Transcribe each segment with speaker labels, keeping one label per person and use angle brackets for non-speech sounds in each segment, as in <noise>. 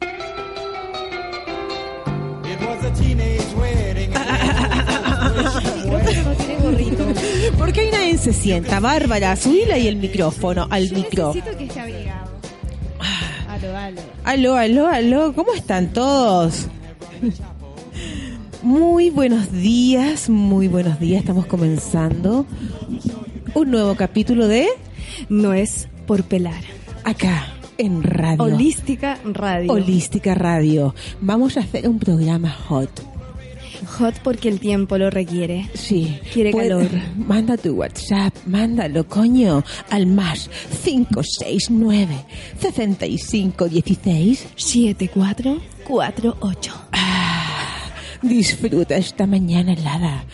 Speaker 1: It was a teenage wedding.
Speaker 2: ¿Por qué nadie se sienta? Bárbara, subila y el micrófono al micro.
Speaker 3: Necesito que esté abrigado.
Speaker 2: Aló,
Speaker 3: Aló, aló.
Speaker 2: aló, aló, ¿cómo están todos? <laughs> Muy buenos días, muy buenos días. Estamos comenzando un nuevo capítulo de
Speaker 3: No es por pelar.
Speaker 2: acá en Radio
Speaker 3: Holística Radio.
Speaker 2: Holística Radio. Vamos a hacer un programa hot.
Speaker 3: Hot porque el tiempo lo requiere.
Speaker 2: Sí.
Speaker 3: Quiere calor.
Speaker 2: <laughs> Manda tu WhatsApp, mándalo, coño, al más 569 6516.
Speaker 3: 7448.
Speaker 2: Disfruta esta mañana helada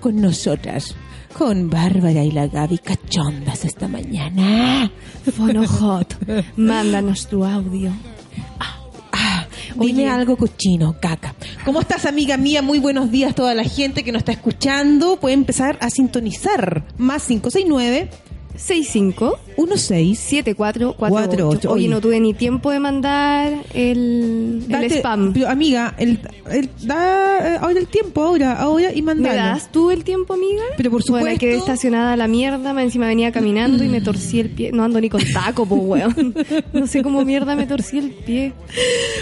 Speaker 2: con nosotras, con Bárbara y la Gaby cachondas esta mañana.
Speaker 3: Follow Hot. Mándanos tu audio.
Speaker 2: Ah, dime
Speaker 3: Oye.
Speaker 2: algo cochino, caca. ¿Cómo estás, amiga mía? Muy buenos días a toda la gente que nos está escuchando. Puede empezar a sintonizar. Más 569
Speaker 3: 65
Speaker 2: 16 Cuatro,
Speaker 3: 7448.
Speaker 2: ocho.
Speaker 3: Oye,
Speaker 2: Oye.
Speaker 3: no tuve ni tiempo de mandar el, el
Speaker 2: Date-
Speaker 3: spam.
Speaker 2: pero, amiga, el, el- da eh, ahora el tiempo, ahora, ahora y
Speaker 3: ¿Me
Speaker 2: mandalo.
Speaker 3: das tú el tiempo, amiga?
Speaker 2: Pero por
Speaker 3: Bueno,
Speaker 2: supuesto.
Speaker 3: quedé estacionada a la mierda, más encima venía caminando y me torcí el pie. No ando ni con taco, po,
Speaker 2: <laughs>
Speaker 3: weón. No sé cómo mierda me torcí el pie.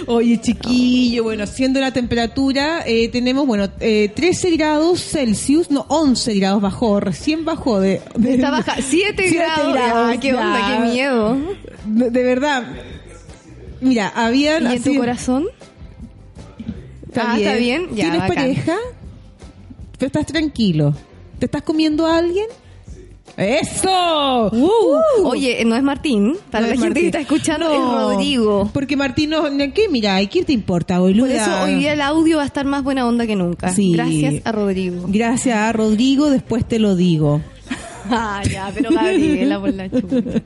Speaker 2: Oye, chiquillo, bueno, siendo la temperatura, eh, tenemos, bueno, eh, 13 grados Celsius, no, 11 grados bajó, recién bajó de... de-
Speaker 3: Está
Speaker 2: <laughs>
Speaker 3: baja. Siete
Speaker 2: Siete
Speaker 3: grados. Ah, qué
Speaker 2: ya.
Speaker 3: onda, qué miedo.
Speaker 2: De, de verdad. Mira, habían...
Speaker 3: ¿Y en tu
Speaker 2: así-
Speaker 3: corazón? Ah, ¿está bien? Ya,
Speaker 2: ¿Tienes
Speaker 3: bacán.
Speaker 2: pareja? Pero estás tranquilo. ¿Te estás comiendo a alguien? ¡Eso! ¡Uh!
Speaker 3: Oye, no es Martín. Para
Speaker 2: No
Speaker 3: la
Speaker 2: es
Speaker 3: gente
Speaker 2: Martín.
Speaker 3: que está escuchando,
Speaker 2: No,
Speaker 3: es Rodrigo.
Speaker 2: Porque Martín, no, ¿qué mira? ¿Y quién te importa, boluda?
Speaker 3: Por eso hoy día el audio va a estar más buena onda que nunca.
Speaker 2: Sí.
Speaker 3: Gracias a Rodrigo.
Speaker 2: Gracias a Rodrigo, después te lo digo.
Speaker 3: Ah, ya, pero Gabriela por la chuta.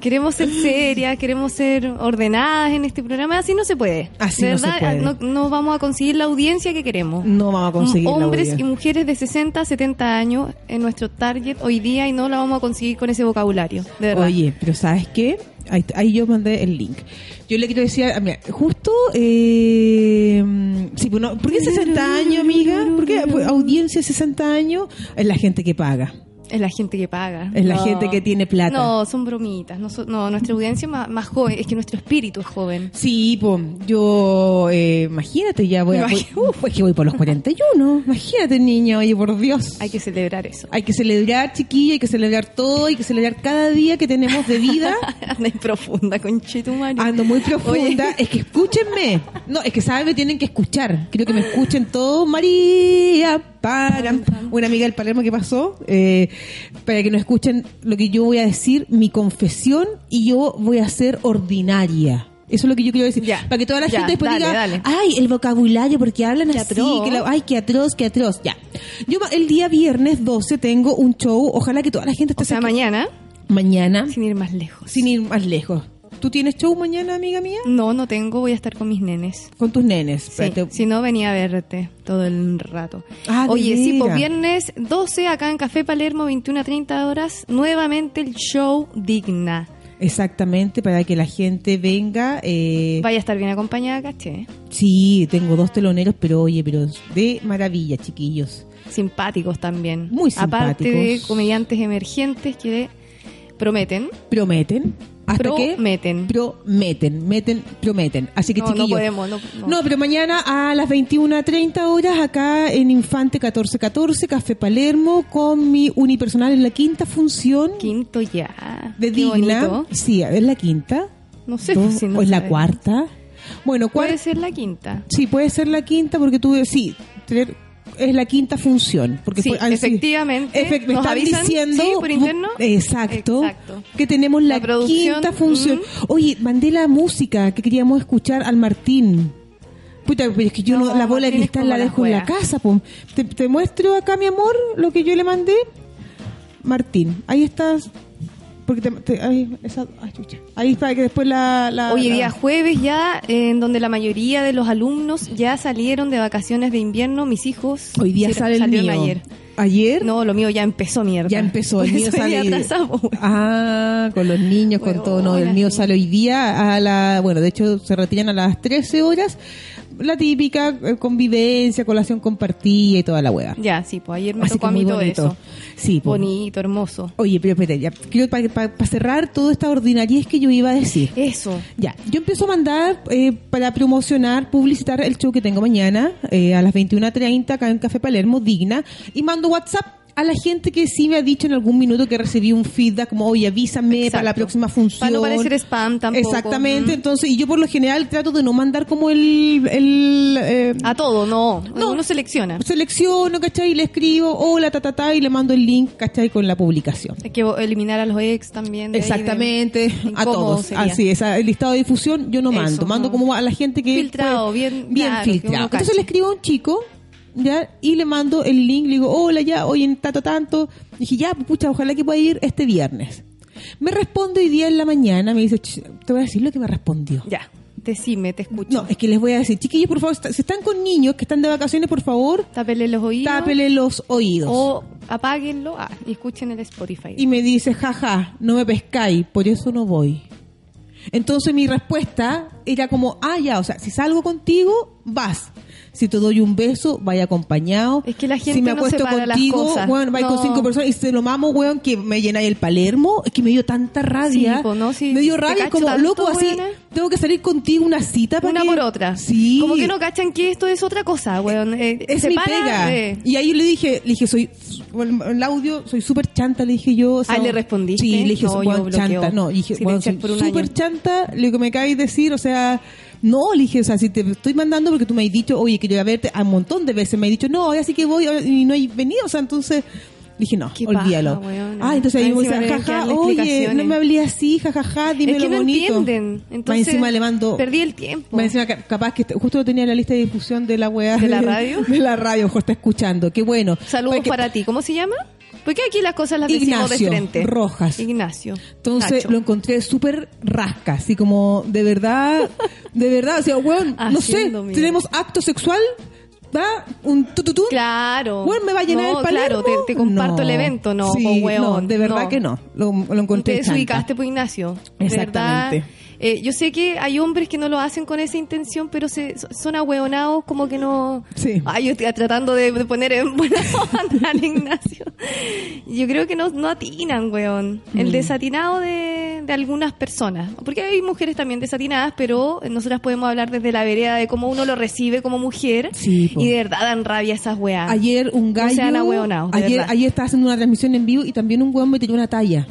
Speaker 3: Queremos ser serias, queremos ser ordenadas en este programa, así no se puede.
Speaker 2: Así
Speaker 3: De
Speaker 2: no se
Speaker 3: verdad,
Speaker 2: puede.
Speaker 3: no, no vamos a conseguir la audiencia que queremos.
Speaker 2: No vamos a conseguir la
Speaker 3: Hombres
Speaker 2: audiencia.
Speaker 3: y mujeres de 60, 70 años en nuestro target hoy día y no la vamos a conseguir con ese vocabulario, de verdad.
Speaker 2: Oye, pero ¿sabes qué? Ahí, ahí yo mandé el link. Yo le quiero decir, a- mira, justo, eh, sí, bueno, ¿por qué 60 años, amiga? ¿Por qué Pues, audiencia de 60 años? Es la gente que paga.
Speaker 3: Es la gente que paga.
Speaker 2: Es la gente que tiene plata.
Speaker 3: No, son bromitas. No, so- no, nuestra audiencia es más, más joven, es que nuestro espíritu es joven.
Speaker 2: Sí, po, yo, eh, imagínate, ya voy a...
Speaker 3: Imagi-
Speaker 2: voy- uf, es que voy por los 41, imagínate, niña, oye, por Dios.
Speaker 3: Hay que celebrar eso. <laughs>
Speaker 2: Hay que celebrar, chiquilla, hay que celebrar todo, hay que celebrar cada día que tenemos de vida.
Speaker 3: <laughs> Anda en profunda, conchetumare.
Speaker 2: Ando muy
Speaker 3: Oye.
Speaker 2: profunda. Es que escúchenme. No, es que saben, me tienen que escuchar. Quiero que me escuchen todos. María, para. Una amiga del Palermo que pasó. eh, para que nos escuchen lo que yo voy a decir, mi confesión, y yo voy a ser ordinaria. Eso es lo que yo quiero decir.
Speaker 3: Ya,
Speaker 2: para que toda la
Speaker 3: ya,
Speaker 2: gente después
Speaker 3: dale,
Speaker 2: diga,
Speaker 3: dale.
Speaker 2: ay, el vocabulario, porque hablan
Speaker 3: Qué
Speaker 2: así,
Speaker 3: atroz.
Speaker 2: que la- ay, qué atroz, qué atroz. Ya. Yo ma- el día viernes 12 tengo un show. Ojalá que toda la gente esté
Speaker 3: O sea,
Speaker 2: cerca-
Speaker 3: mañana,
Speaker 2: Mañana,
Speaker 3: sin ir más lejos.
Speaker 2: sin ir más lejos. ¿Tú tienes show mañana, amiga mía?
Speaker 3: No, no tengo, voy a estar con mis nenes.
Speaker 2: Con tus nenes.
Speaker 3: Sí,
Speaker 2: espérate.
Speaker 3: si no, venía a verte todo el rato.
Speaker 2: Ah, de
Speaker 3: Oye, sí, pues
Speaker 2: veras.
Speaker 3: viernes 12 acá en Café Palermo, 21 a 30 horas, nuevamente el show Digna.
Speaker 2: Exactamente, para que la gente venga. eh,
Speaker 3: Vaya a estar bien acompañada, caché.
Speaker 2: sí, tengo dos teloneros, pero oye, pero de maravilla, chiquillos.
Speaker 3: Simpáticos también.
Speaker 2: Muy
Speaker 3: Aparte de
Speaker 2: simpáticos.
Speaker 3: comediantes emergentes que prometen.
Speaker 2: Prometen. ¿Hasta que
Speaker 3: Prometen.
Speaker 2: Prometen, meten, prometen. Así que
Speaker 3: No, no
Speaker 2: chiquillos.
Speaker 3: podemos, no, no.
Speaker 2: pero mañana a las 21.30 horas acá en Infante 1414, Café Palermo, con mi unipersonal en la quinta función
Speaker 3: Quinto ya.
Speaker 2: de
Speaker 3: Qué
Speaker 2: Digna.
Speaker 3: bonito.
Speaker 2: Sí, es la quinta.
Speaker 3: No sé pues,
Speaker 2: Dos,
Speaker 3: si no
Speaker 2: o es la
Speaker 3: sabe.
Speaker 2: cuarta. Bueno, ¿cuál
Speaker 3: Puede ser la quinta.
Speaker 2: Sí, puede ser la quinta porque tuve, sí, tener- es la quinta función. Porque
Speaker 3: Sí,
Speaker 2: fue- han-
Speaker 3: efectivamente,
Speaker 2: Efe- me
Speaker 3: nos
Speaker 2: están
Speaker 3: avisan,
Speaker 2: diciendo.
Speaker 3: sí, por interno.
Speaker 2: Exacto.
Speaker 3: Exacto.
Speaker 2: Que tenemos
Speaker 3: La
Speaker 2: la,
Speaker 3: producción,
Speaker 2: quinta función. Oye, mandé la música que queríamos escuchar al Martín. Puta, pero es que yo
Speaker 3: No,
Speaker 2: no- la bola de
Speaker 3: Martín es
Speaker 2: cristal
Speaker 3: como
Speaker 2: la
Speaker 3: la
Speaker 2: dejo en la
Speaker 3: juega.
Speaker 2: casa. pum. Te, te muestro acá, mi amor, lo que yo le mandé. Martín, ahí estás. Porque te, te- ahí, esa- ay, chucha. Ahí para que después la. la-
Speaker 3: Hoy
Speaker 2: la-
Speaker 3: día jueves ya, eh, en donde la mayoría de los alumnos ya salieron de vacaciones de invierno, mis hijos
Speaker 2: Hoy día
Speaker 3: hicieron-
Speaker 2: sale el
Speaker 3: salieron
Speaker 2: mío.
Speaker 3: ayer.
Speaker 2: Ayer
Speaker 3: No, lo mío ya empezó mierda.
Speaker 2: ya empezó.
Speaker 3: Por
Speaker 2: El mío
Speaker 3: eso
Speaker 2: sale.
Speaker 3: ya atrasamos. <laughs>
Speaker 2: Ah, con los niños, con
Speaker 3: Huevona,
Speaker 2: todo. No, el mío
Speaker 3: sí.
Speaker 2: sale hoy día a la. Bueno, de hecho se retiran a las 13 horas. La típica eh, convivencia, colación compartida y toda la hueá.
Speaker 3: Ya, sí, pues ayer me
Speaker 2: Así
Speaker 3: tocó
Speaker 2: que
Speaker 3: a mí
Speaker 2: muy
Speaker 3: todo
Speaker 2: bonito.
Speaker 3: eso.
Speaker 2: Sí, pues.
Speaker 3: Bonito, hermoso.
Speaker 2: Oye, pero espérate, ya, quiero para cerrar toda esta ordinariez que yo iba a decir.
Speaker 3: Eso.
Speaker 2: Ya, yo empiezo a mandar eh, para promocionar, publicitar el show que tengo mañana eh, a las 21.30 acá en Café Palermo, digna, y mando WhatsApp a la gente que sí me ha dicho en algún minuto que recibí un feedback como, oye, avísame
Speaker 3: Exacto.
Speaker 2: para la próxima función.
Speaker 3: Para no parecer spam tampoco.
Speaker 2: Exactamente,
Speaker 3: Mm.
Speaker 2: entonces, y yo por lo general trato de no mandar como el... el eh,
Speaker 3: A todo, no.
Speaker 2: No.
Speaker 3: Uno selecciona.
Speaker 2: selecciono, ¿cachai? Y le escribo, hola, ta, ta, ta, y le mando el link, ¿cachai? Con la publicación.
Speaker 3: Hay que eliminar a los ex también. de ahí, de-
Speaker 2: Exactamente, a
Speaker 3: incómodo
Speaker 2: todos.
Speaker 3: sería.
Speaker 2: Así es, el listado de difusión yo no
Speaker 3: Eso,
Speaker 2: mando, mando
Speaker 3: no.
Speaker 2: como a la gente que...
Speaker 3: Filtrado,
Speaker 2: puede-
Speaker 3: bien-
Speaker 2: bien
Speaker 3: claro, que
Speaker 2: filtrado.
Speaker 3: uno cache.
Speaker 2: Entonces le escribo a un chico, ya, y le mando el link, le digo, hola, ya, hoy en tanto, tanto. Dije, ya, pues, pucha, ojalá que pueda ir este viernes. Me responde hoy día en la mañana, me dice, "Ch, te voy a decir lo que me respondió.
Speaker 3: Ya. Decime, te escucho.
Speaker 2: No, es que les voy a decir, chiquillos, por favor, si están con niños que están de vacaciones, por favor,
Speaker 3: Tápele los oídos.
Speaker 2: tápele los oídos.
Speaker 3: O apáguenlo ah, y escuchen el Spotify.
Speaker 2: y me dice, jaja, no me pescáis, por eso no voy. Entonces mi respuesta era como, ah, ya, o sea, si salgo contigo, vas. Si te doy un beso, vaya acompañado.
Speaker 3: Es que la gente
Speaker 2: si me
Speaker 3: no
Speaker 2: acuesto
Speaker 3: separa las
Speaker 2: contigo,
Speaker 3: cosas.
Speaker 2: weón, vais con
Speaker 3: No.
Speaker 2: cinco personas y se lo mamo, weón, que me llenáis el Palermo. Es que me dio tanta rabia.
Speaker 3: Sí, po, no, sí,
Speaker 2: me dio
Speaker 3: te
Speaker 2: rabia,
Speaker 3: cacho
Speaker 2: como,
Speaker 3: tanto,
Speaker 2: loco, así,
Speaker 3: weona.
Speaker 2: tengo que salir contigo una cita para
Speaker 3: una
Speaker 2: que-
Speaker 3: por otra.
Speaker 2: Sí.
Speaker 3: Como que no cachan que esto es otra cosa, weón. Eh,
Speaker 2: Es mi
Speaker 3: separa,
Speaker 2: pega.
Speaker 3: eh.
Speaker 2: Y ahí yo le dije, le dije, soy, el, el audio, soy súper chanta, le dije yo. o sea,
Speaker 3: Ah, ¿le respondiste?
Speaker 2: Sí, le dije,
Speaker 3: No,
Speaker 2: soy
Speaker 3: yo
Speaker 2: weón,
Speaker 3: bloqueo.
Speaker 2: chanta. No, y dije, weón,
Speaker 3: Silenciar
Speaker 2: soy
Speaker 3: por un
Speaker 2: súper
Speaker 3: año.
Speaker 2: chanta, lo que me acabas de decir, o sea, no, le dije, o sea, si te estoy mandando porque tú me has dicho, oye, quiero ir a verte, a un montón de veces me has dicho, no, ahora sí que voy, ahora- y no he venido, o sea, entonces... Dije, no,
Speaker 3: Qué
Speaker 2: olvídalo.
Speaker 3: paja, weón.
Speaker 2: ah, entonces ahí me
Speaker 3: Más
Speaker 2: dice,
Speaker 3: encima tienen que
Speaker 2: jaja,
Speaker 3: darle
Speaker 2: oye, no
Speaker 3: explicaciones.
Speaker 2: me hablé así, jajaja, dime
Speaker 3: es que
Speaker 2: lo
Speaker 3: no
Speaker 2: bonito.
Speaker 3: entienden.
Speaker 2: Más
Speaker 3: Entonces,
Speaker 2: encima le mando.
Speaker 3: Perdí el tiempo.
Speaker 2: Me encima, ca- capaz que est- justo lo tenía en la lista de difusión de la weá.
Speaker 3: ¿De la radio?
Speaker 2: <laughs> De la radio, mejor está escuchando. Qué bueno.
Speaker 3: Saludos
Speaker 2: Porque-
Speaker 3: para ti. ¿Cómo se llama? Porque aquí las cosas las decimos de
Speaker 2: Ignacio
Speaker 3: frente.
Speaker 2: Rojas.
Speaker 3: Ignacio.
Speaker 2: Entonces
Speaker 3: Nacho.
Speaker 2: lo encontré súper rasca, así como de verdad, de verdad, o sea, weón, no sé,
Speaker 3: Haciendo mierda.
Speaker 2: tenemos acto sexual, ¿va? Un tututú.
Speaker 3: Claro.
Speaker 2: Weón, me va a llenar
Speaker 3: No,
Speaker 2: el palermo.
Speaker 3: Claro, te, te comparto
Speaker 2: No.
Speaker 3: el evento, no,
Speaker 2: Sí,
Speaker 3: po, weón.
Speaker 2: no, de verdad que no. Lo, lo encontré.
Speaker 3: Te
Speaker 2: chanta.
Speaker 3: desubicaste, pues Ignacio. De
Speaker 2: Exactamente.
Speaker 3: verdad, eh, yo sé que hay hombres que no lo hacen con esa intención, pero se, so- son ahueonados como que no...
Speaker 2: Sí.
Speaker 3: Ay, yo estoy tratando de, de poner en buena onda <laughs> al Ignacio. Yo creo que no, no atinan, weón. El
Speaker 2: Mm.
Speaker 3: desatinado de, de algunas personas. Porque hay mujeres también desatinadas, pero nosotras podemos hablar desde la vereda de cómo uno lo recibe como mujer.
Speaker 2: Sí, po.
Speaker 3: y de verdad dan rabia esas weas.
Speaker 2: Ayer un
Speaker 3: Ah. No
Speaker 2: gallo.
Speaker 3: sean ahueonados, de
Speaker 2: ayer,
Speaker 3: verdad.
Speaker 2: ayer estaba haciendo una transmisión en vivo y también un weón me tiró una talla.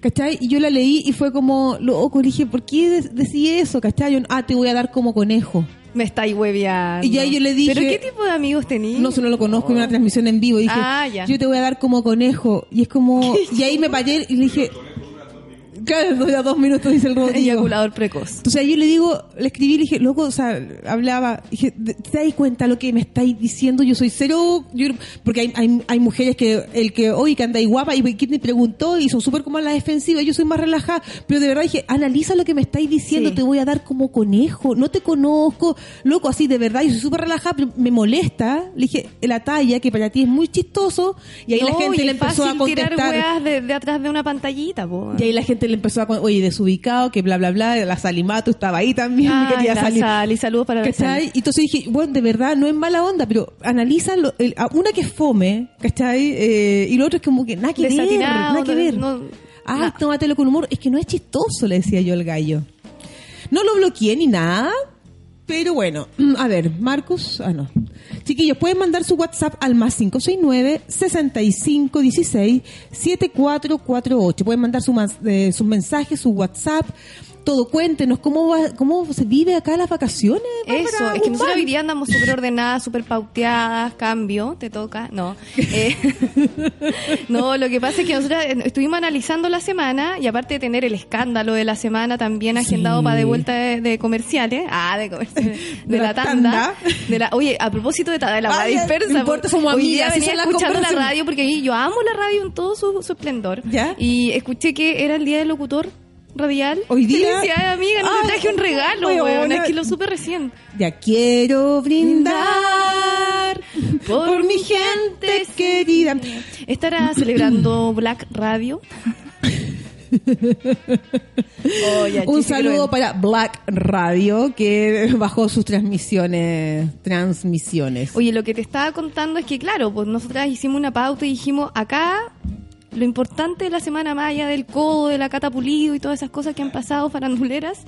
Speaker 2: ¿Cachai? Y yo la leí y fue como, loco, le dije, ¿por qué de- decía eso? ¿Cachai? Yo, ah, te voy a dar como conejo.
Speaker 3: Me estáis hueveando.
Speaker 2: Y ya yo le dije-
Speaker 3: ¿Pero qué tipo de amigos tenías?
Speaker 2: No, solo lo conozco en una transmisión en vivo. Y dije,
Speaker 3: Oh. Ah, ya.
Speaker 2: yo te voy a dar como conejo. Y es
Speaker 3: <laughs>
Speaker 2: como, y ahí me paré y le dije, claro, doy a dos minutos, dice
Speaker 3: <laughs>
Speaker 2: el Rodrigo.
Speaker 3: Eyaculador precoz.
Speaker 2: Entonces ahí yo le digo, le escribí, le dije, loco, o sea, hablaba, dije, ¿te te dais cuenta lo que me estáis diciendo? Yo soy cero, yo- porque hay, hay, hay mujeres que, el que, hoy que andáis guapa, y que me preguntó, y son súper como a la defensiva, yo soy más relajada, pero de verdad dije, analiza lo que me estáis diciendo,
Speaker 3: Sí.
Speaker 2: te voy a dar como conejo, no te conozco, loco, así, de verdad, yo soy súper relajada, pero me molesta, le dije, la talla, que para ti es muy chistoso, y ahí la
Speaker 3: No,
Speaker 2: gente
Speaker 3: y
Speaker 2: le
Speaker 3: es
Speaker 2: empezó a
Speaker 3: fácil tirar
Speaker 2: contestar.
Speaker 3: weas de, de atrás de una pantallita, po.
Speaker 2: Y ahí la gente le empezó a con- oye, desubicado, que bla, bla, bla, la Salimato estaba ahí también,
Speaker 3: Ay,
Speaker 2: que quería
Speaker 3: la
Speaker 2: salir.
Speaker 3: Sali, saludos para la
Speaker 2: ¿Cachai?
Speaker 3: Sali.
Speaker 2: Y entonces dije, bueno, de verdad, no es mala onda, pero analiza lo- el- a una que es fome, ¿cachai? Eh, y lo otro es como que nada que ver,
Speaker 3: Desatinado,
Speaker 2: nada que
Speaker 3: no-
Speaker 2: ver.
Speaker 3: no-
Speaker 2: ah,
Speaker 3: no.
Speaker 2: tómatelo con humor. Es que no es chistoso, le decía yo al gallo. No lo bloqueé ni nada, pero bueno, mm, a ver, Marcus, ah no. Chiquillos, pueden mandar su WhatsApp al más 569-6516-7448. Pueden mandar su mas- eh, sus mensajes, su WhatsApp. todo. Cuéntenos cómo va- cómo se vive acá las vacaciones.
Speaker 3: Eso,
Speaker 2: Bárbara
Speaker 3: es que
Speaker 2: Guzmán?
Speaker 3: nosotros hoy día andamos súper ordenadas, súper pauteadas, cambio, te toca,
Speaker 2: <laughs>
Speaker 3: no. Eh, <laughs> no, lo que pasa es que nosotros estuvimos analizando la semana y aparte de tener el escándalo de la semana también agendado
Speaker 2: Sí.
Speaker 3: para de vuelta de, de comerciales, ah,
Speaker 2: <laughs>
Speaker 3: de comerciales, de,
Speaker 2: De la
Speaker 3: la, tanda.
Speaker 2: tanda.
Speaker 3: De la, oye, a propósito de, ta- de la
Speaker 2: Ah,
Speaker 3: radio
Speaker 2: ya,
Speaker 3: dispersa,
Speaker 2: no importa,
Speaker 3: por-
Speaker 2: somos
Speaker 3: hoy día
Speaker 2: amigas, esas
Speaker 3: venía
Speaker 2: son las
Speaker 3: escuchando la
Speaker 2: comparaciones.
Speaker 3: radio porque yo amo la radio en todo su, su esplendor
Speaker 2: Ya.
Speaker 3: y escuché que era el día del locutor radial.
Speaker 2: Hoy día-
Speaker 3: Felicidades, amiga, no
Speaker 2: Ay,
Speaker 3: te traje un regalo,
Speaker 2: weona.
Speaker 3: weón, es que lo supe recién.
Speaker 2: Ya quiero brindar por,
Speaker 3: Por
Speaker 2: mi gente querida.
Speaker 3: ¿Estará
Speaker 2: <clears throat>
Speaker 3: celebrando Black
Speaker 2: <laughs>
Speaker 3: Radio? Oye,
Speaker 2: Un
Speaker 3: chiste
Speaker 2: saludo
Speaker 3: cruel.
Speaker 2: para Black Radio que <laughs> bajó sus transmisiones, transmisiones.
Speaker 3: Oye, lo que te estaba contando es que, claro, pues nosotras hicimos una pauta y dijimos, acá lo importante de la semana más allá del codo, de la cata pulido y todas esas cosas que han pasado faranduleras,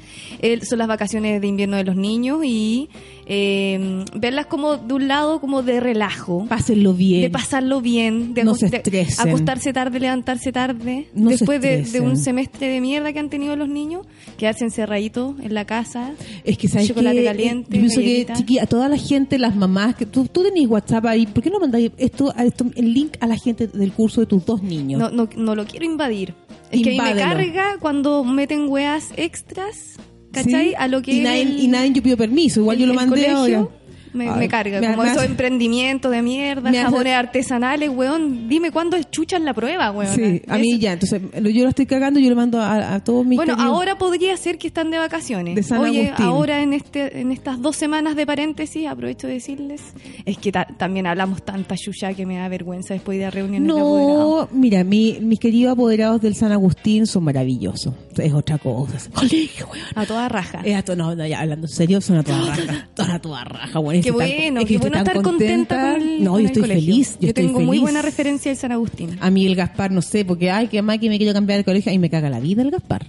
Speaker 3: eh, son las vacaciones de invierno de los niños y eh, verlas como de un lado como de relajo.
Speaker 2: pásenlo bien.
Speaker 3: de pasarlo bien, de,
Speaker 2: No
Speaker 3: acos-
Speaker 2: se
Speaker 3: de
Speaker 2: estresen.
Speaker 3: acostarse tarde, levantarse tarde,
Speaker 2: No se
Speaker 3: después de, de
Speaker 2: estresen.
Speaker 3: un semestre de mierda que han tenido los niños, quedarse encerraditos en la casa.
Speaker 2: Es que sabes
Speaker 3: Chocolate
Speaker 2: que
Speaker 3: caliente,
Speaker 2: yo pienso que
Speaker 3: galletita.
Speaker 2: chiqui, a toda la gente, las mamás, que tú, tú tenés WhatsApp ahí, ¿por qué no mandáis esto, a esto- el link a la gente del curso de tus dos niños?
Speaker 3: No, no, no lo quiero invadir. Es que a mí me
Speaker 2: Invádelo.
Speaker 3: carga cuando meten weas extras, ¿cachai?
Speaker 2: ¿Sí?
Speaker 3: A lo que
Speaker 2: y
Speaker 3: es
Speaker 2: nadie,
Speaker 3: el-
Speaker 2: y nadie yo pido permiso, igual
Speaker 3: el-
Speaker 2: yo lo
Speaker 3: el
Speaker 2: mandé
Speaker 3: colegio,
Speaker 2: ahora.
Speaker 3: Me,
Speaker 2: Ay,
Speaker 3: me carga,
Speaker 2: me-
Speaker 3: como
Speaker 2: me
Speaker 3: esos
Speaker 2: hace-
Speaker 3: emprendimientos de mierda,
Speaker 2: me hace-
Speaker 3: jabones artesanales, weón. Dime cuándo es chucha en la prueba, weón. ¿ah?
Speaker 2: Sí, a mí ya, entonces lo- yo lo estoy cagando, yo lo mando a, a todos mis
Speaker 3: Bueno,
Speaker 2: queridos-
Speaker 3: ahora podría ser que están de vacaciones.
Speaker 2: De San
Speaker 3: Oye,
Speaker 2: Agustín.
Speaker 3: ahora en este en estas dos semanas de paréntesis, aprovecho de decirles, es que ta- también hablamos tanta yuya que me da vergüenza después de ir a reuniones de apoderados.
Speaker 2: No, mira, mi, mis queridos apoderados del San Agustín son maravillosos. Es otra cosa. Colegio, weón.
Speaker 3: A toda raja.
Speaker 2: Es a to- no, no, ya, hablando en serio, son a toda
Speaker 3: <laughs>
Speaker 2: raja. Son a toda raja, weón.
Speaker 3: Qué
Speaker 2: Estoy tan-
Speaker 3: bueno,
Speaker 2: es que
Speaker 3: qué
Speaker 2: yo estoy
Speaker 3: bueno
Speaker 2: tan
Speaker 3: estar contenta, con el,
Speaker 2: No,
Speaker 3: con
Speaker 2: yo
Speaker 3: el
Speaker 2: estoy
Speaker 3: colegio.
Speaker 2: feliz. Yo,
Speaker 3: Yo,
Speaker 2: estoy
Speaker 3: tengo muy
Speaker 2: feliz. Ah,
Speaker 3: buena referencia del San Agustín.
Speaker 2: A mí el Gaspar, no sé, porque, ay, que más que me quiero cambiar de colegio. Y me caga la vida el Gaspar.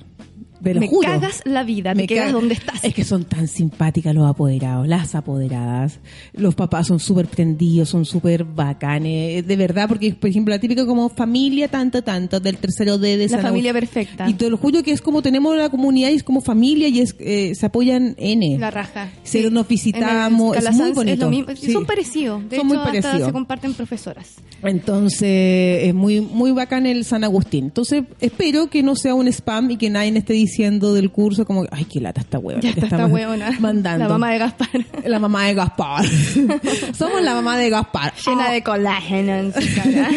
Speaker 2: Te lo
Speaker 3: me
Speaker 2: juro.
Speaker 3: cagas la vida,
Speaker 2: Me
Speaker 3: me quedas
Speaker 2: caga-
Speaker 3: donde estás.
Speaker 2: Es que son tan simpáticas los apoderados, las apoderadas. Los papás son súper prendidos, son súper bacanes. De verdad, porque, por ejemplo, la típica como familia tanto, tanto, del tercero D de
Speaker 3: la
Speaker 2: San Agustín.
Speaker 3: familia perfecta.
Speaker 2: Y te lo juro que es como tenemos la comunidad y es como familia y es eh, se apoyan N.
Speaker 3: La raja.
Speaker 2: Se
Speaker 3: Sí.
Speaker 2: nos
Speaker 3: En
Speaker 2: visitamos,
Speaker 3: el
Speaker 2: es muy
Speaker 3: Calasanz
Speaker 2: bonito.
Speaker 3: lo mismo.
Speaker 2: Sí.
Speaker 3: Son parecidos. De
Speaker 2: Son
Speaker 3: hecho,
Speaker 2: muy
Speaker 3: hasta
Speaker 2: parecidos.
Speaker 3: se comparten profesoras.
Speaker 2: Entonces, es muy muy bacán el San Agustín. Entonces, espero que no sea un spam y que nadie esté diciendo del curso como, ay, qué lata esta huevona.
Speaker 3: Ya
Speaker 2: que
Speaker 3: está esta
Speaker 2: man-
Speaker 3: huevona.
Speaker 2: Mandando.
Speaker 3: La mamá de Gaspar.
Speaker 2: La mamá de
Speaker 3: <laughs>
Speaker 2: Gaspar. Somos la mamá de Gaspar.
Speaker 3: Llena de colágeno en <laughs> su cara.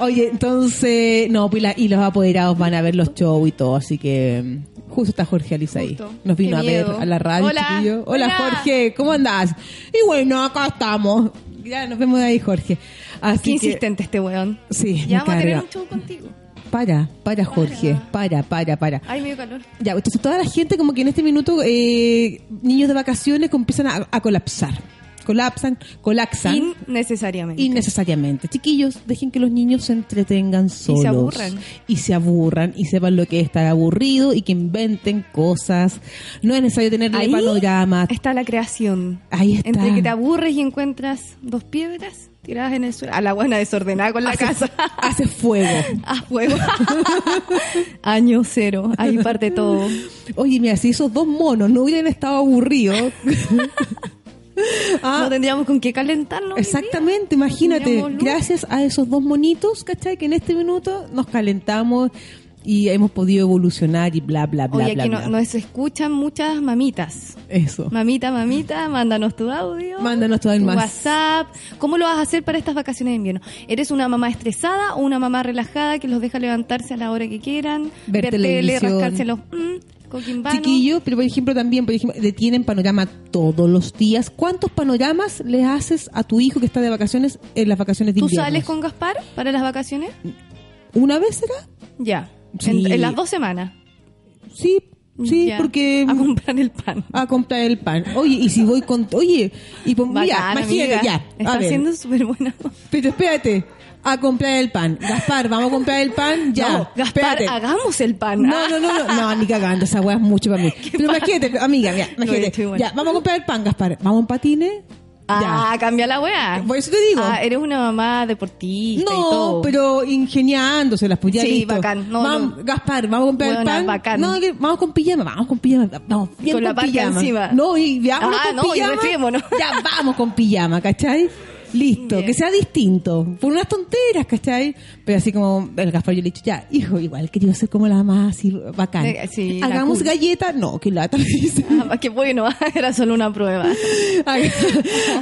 Speaker 2: Oye, entonces, no, pues la- y los apoderados van a ver los shows y todo, así que mm, justo está Jorge Alice ahí.
Speaker 3: Justo.
Speaker 2: Nos vino
Speaker 3: Qué
Speaker 2: a ver
Speaker 3: miedo.
Speaker 2: a la radio,
Speaker 3: Hola.
Speaker 2: chiquillo. Hola,
Speaker 3: Hola.
Speaker 2: Jorge, ¿cómo andás? Y bueno, acá estamos. Ya nos vemos de ahí, Jorge. Así
Speaker 3: Qué
Speaker 2: que-
Speaker 3: insistente este weón.
Speaker 2: Sí, me
Speaker 3: Ya vamos a tener
Speaker 2: carga.
Speaker 3: un show contigo.
Speaker 2: Para, para, Jorge, para, para, para.
Speaker 3: Ay, medio calor.
Speaker 2: Ya, entonces toda la gente como que en este minuto, eh, niños de vacaciones como empiezan a, a colapsar. Colapsan, colapsan.
Speaker 3: Innecesariamente.
Speaker 2: Innecesariamente. Chiquillos, dejen que los niños se entretengan solos.
Speaker 3: aburran.
Speaker 2: Y se aburran y sepan lo que es estar aburrido y que inventen cosas. No es necesario tener el
Speaker 3: Ahí
Speaker 2: panorama.
Speaker 3: está la creación.
Speaker 2: Ahí está.
Speaker 3: Entre que te aburres y encuentras dos piedras tiradas en el suelo. A la buena desordenada con la
Speaker 2: Hace-
Speaker 3: casa.
Speaker 2: <laughs> Hace fuego.
Speaker 3: A fuego. <laughs> Año cero. Ahí parte todo.
Speaker 2: Oye, mira, si esos dos monos no hubieran estado
Speaker 3: <laughs>
Speaker 2: aburridos. Ah,
Speaker 3: No tendríamos con qué calentarnos.
Speaker 2: Exactamente, imagínate,
Speaker 3: Teníamos luz.
Speaker 2: gracias a esos dos monitos, ¿cachai? Que en este minuto nos calentamos y hemos podido evolucionar y bla, bla, bla,
Speaker 3: Oye,
Speaker 2: bla.
Speaker 3: aquí
Speaker 2: bla.
Speaker 3: no- nos escuchan muchas mamitas.
Speaker 2: Eso.
Speaker 3: Mamita, mamita, mándanos tu audio.
Speaker 2: Mándanos tu audio más.
Speaker 3: WhatsApp. ¿Cómo lo vas a hacer para estas vacaciones de invierno? ¿Eres una mamá estresada o una mamá relajada que los deja levantarse a la hora que quieran?
Speaker 2: Ver televisión.
Speaker 3: rascarse los mm, coquimbanos?
Speaker 2: Chiquillo, pero por ejemplo también, por ejemplo, detienen panorama todos los días. ¿Cuántos panoramas le haces a tu hijo que está de vacaciones en las vacaciones de
Speaker 3: ¿Tú
Speaker 2: invierno?
Speaker 3: sales con Gaspar para las vacaciones?
Speaker 2: una vez será?
Speaker 3: Ya.
Speaker 2: Sí.
Speaker 3: En, en las dos semanas.
Speaker 2: Sí, sí,
Speaker 3: Mm, Ya. Ah,
Speaker 2: porque
Speaker 3: A comprar el pan.
Speaker 2: a comprar el pan. Oye, y si voy con oye, y pon- mira,
Speaker 3: Bacán,
Speaker 2: imagínate,
Speaker 3: amiga.
Speaker 2: ya. a
Speaker 3: Está
Speaker 2: ver.
Speaker 3: siendo súper buena.
Speaker 2: Pero espérate, a comprar el pan. Gaspar, vamos a comprar el
Speaker 3: <laughs>
Speaker 2: pan <laughs> ya.
Speaker 3: No, Gaspar,
Speaker 2: espérate.
Speaker 3: hagamos el pan. Ah,
Speaker 2: No, no, no, no, no, ni cagando, esa
Speaker 3: <laughs>
Speaker 2: weá es mucho para mí. Pero imagínate, amiga, mira,
Speaker 3: Lo he hecho
Speaker 2: imagínate.
Speaker 3: igual.
Speaker 2: Ya, vamos a comprar el pan, Gaspar. Vamos en patines.
Speaker 3: Ah, cambia la weá.
Speaker 2: Por eso te digo.
Speaker 3: Ah, eres una mamá deportista y todo.
Speaker 2: No, pero ingeniándose las ya
Speaker 3: Sí,
Speaker 2: listo.
Speaker 3: bacán. No,
Speaker 2: Mam,
Speaker 3: no.
Speaker 2: Gaspar, vamos a comprar el
Speaker 3: Weona,
Speaker 2: pan.
Speaker 3: bacán.
Speaker 2: No, que vamos con pijama, vamos con pijama. Vamos, bien
Speaker 3: Con la parca
Speaker 2: pijama.
Speaker 3: encima.
Speaker 2: No, y veámonos
Speaker 3: Ah,
Speaker 2: con
Speaker 3: no, y
Speaker 2: pijama.
Speaker 3: resfriémonos.
Speaker 2: Ya vamos con pijama, ¿cachai? Listo,
Speaker 3: Bien.
Speaker 2: que sea distinto. Por unas tonteras, ¿cachai? Pero así como el Gaspar yo le he dicho, ya, hijo, igual quería ser como la más así bacán.
Speaker 3: Eh, sí, la
Speaker 2: Hagamos
Speaker 3: cool.
Speaker 2: galletas. No, que lata. dice. <laughs>
Speaker 3: Ah, qué bueno, <laughs> era solo una prueba.
Speaker 2: Haga-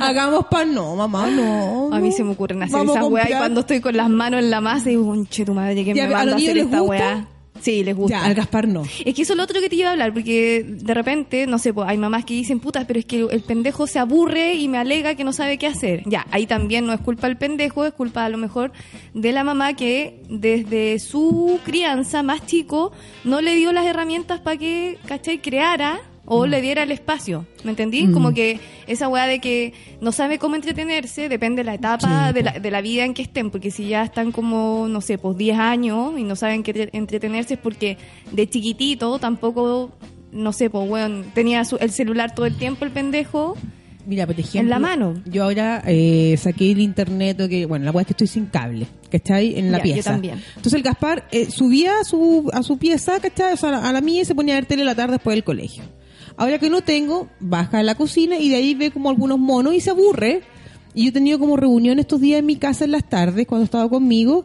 Speaker 2: Hagamos pan, no, mamá, no.
Speaker 3: A mí
Speaker 2: no.
Speaker 3: se me ocurren hacer
Speaker 2: Oh, Vamos a
Speaker 3: esas weas y
Speaker 2: comprar-
Speaker 3: cuando estoy con las manos en la masa digo, conche tu madre, que
Speaker 2: Ya,
Speaker 3: me
Speaker 2: pero ¿a
Speaker 3: manda a
Speaker 2: los
Speaker 3: hacer
Speaker 2: niños les
Speaker 3: esta
Speaker 2: gusta?
Speaker 3: wea. Sí, les gusta.
Speaker 2: Ya, al Gaspar no.
Speaker 3: Es que eso es lo otro que te iba a hablar, porque de repente, no sé, pues, hay mamás que dicen, putas, pero es que el pendejo se aburre y me alega que no sabe qué hacer. Ya, ahí también no es culpa del pendejo, es culpa a lo mejor de la mamá que desde su crianza más chico no le dio las herramientas para que, ¿cachai?, creara o le diera el espacio, ¿me entendí? Como que esa weá de que no sabe cómo entretenerse depende de la etapa de, la, de la vida en que estén, porque si ya están como, no sé, pues 10 años y no saben qué tre- entretenerse es porque de chiquitito tampoco, no sé, pues weón, tenía su- el celular todo el tiempo el pendejo.
Speaker 2: Mira, por ejemplo,
Speaker 3: En la mano.
Speaker 2: Yo ahora eh, saqué el internet, o que, bueno, la weá es que estoy sin cable, ¿cachai? En la
Speaker 3: Ya, yo
Speaker 2: pieza.
Speaker 3: también.
Speaker 2: Entonces el Gaspar eh, subía a su, a su pieza, ¿cachai? O sea, a la- a la mía y se ponía a ver tele en la tarde después del colegio. Ahora que no tengo, baja a la cocina y de ahí ve como algunos monos y se aburre. Y yo he tenido como reunión estos días en mi casa en las tardes cuando estaba conmigo.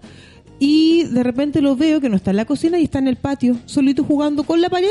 Speaker 2: Y de repente lo veo que no está en la cocina y está en el patio, solito jugando con la pared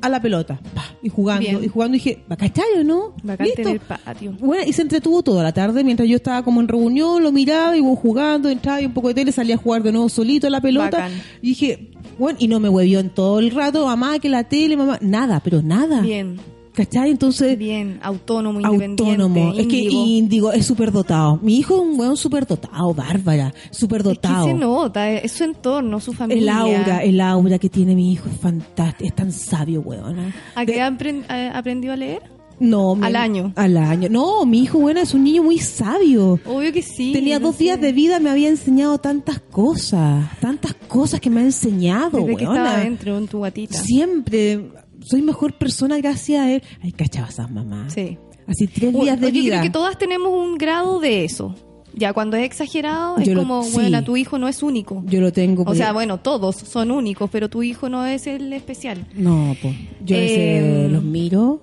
Speaker 2: a la pelota. Pa, y jugando,
Speaker 3: Bien.
Speaker 2: y jugando. Y dije, ¿cachai o no?
Speaker 3: Bacán tener patio.
Speaker 2: Bueno, y se entretuvo toda la tarde mientras yo estaba como en reunión, lo miraba, iba jugando, entraba y un poco de tele, salía a jugar de nuevo solito a la pelota.
Speaker 3: Bacán.
Speaker 2: Y dije, bueno, y no me huevió en todo el rato, mamá, que la tele, mamá, nada, pero nada.
Speaker 3: Bien,
Speaker 2: ¿Cachai? Entonces,
Speaker 3: bien, autónomo, independiente.
Speaker 2: autónomo. Es que
Speaker 3: índigo.
Speaker 2: Índigo es superdotado. Mi hijo es un weón superdotado, Bárbara,
Speaker 3: Es que
Speaker 2: superdotado.
Speaker 3: se nota, es su entorno, su familia.
Speaker 2: el aura, el aura que tiene mi hijo es fantástico, es tan sabio, weón.
Speaker 3: ¿A qué apren- a- aprendió a leer?
Speaker 2: No, mi-
Speaker 3: Al año.
Speaker 2: Al año. No, mi hijo, bueno, es un niño muy sabio.
Speaker 3: Obvio que sí.
Speaker 2: Tenía
Speaker 3: no
Speaker 2: dos
Speaker 3: sé.
Speaker 2: días de vida, me había enseñado tantas cosas, tantas cosas que me ha enseñado,
Speaker 3: Desde que estaba
Speaker 2: weona.
Speaker 3: dentro en tu guatita.
Speaker 2: Siempre soy mejor persona gracias a él. Ay, cachaba esas mamás.
Speaker 3: Sí.
Speaker 2: Así tres
Speaker 3: Bueno,
Speaker 2: días de
Speaker 3: yo
Speaker 2: vida.
Speaker 3: creo que todas tenemos un grado de eso. Ya cuando es exagerado, es
Speaker 2: Yo lo-
Speaker 3: como,
Speaker 2: sí.
Speaker 3: bueno, tu hijo no es único.
Speaker 2: Yo lo tengo.
Speaker 3: o
Speaker 2: porque-
Speaker 3: sea, bueno, todos son únicos, pero tu hijo no es el especial.
Speaker 2: No, pues. Yo a veces
Speaker 3: Eh,
Speaker 2: los miro,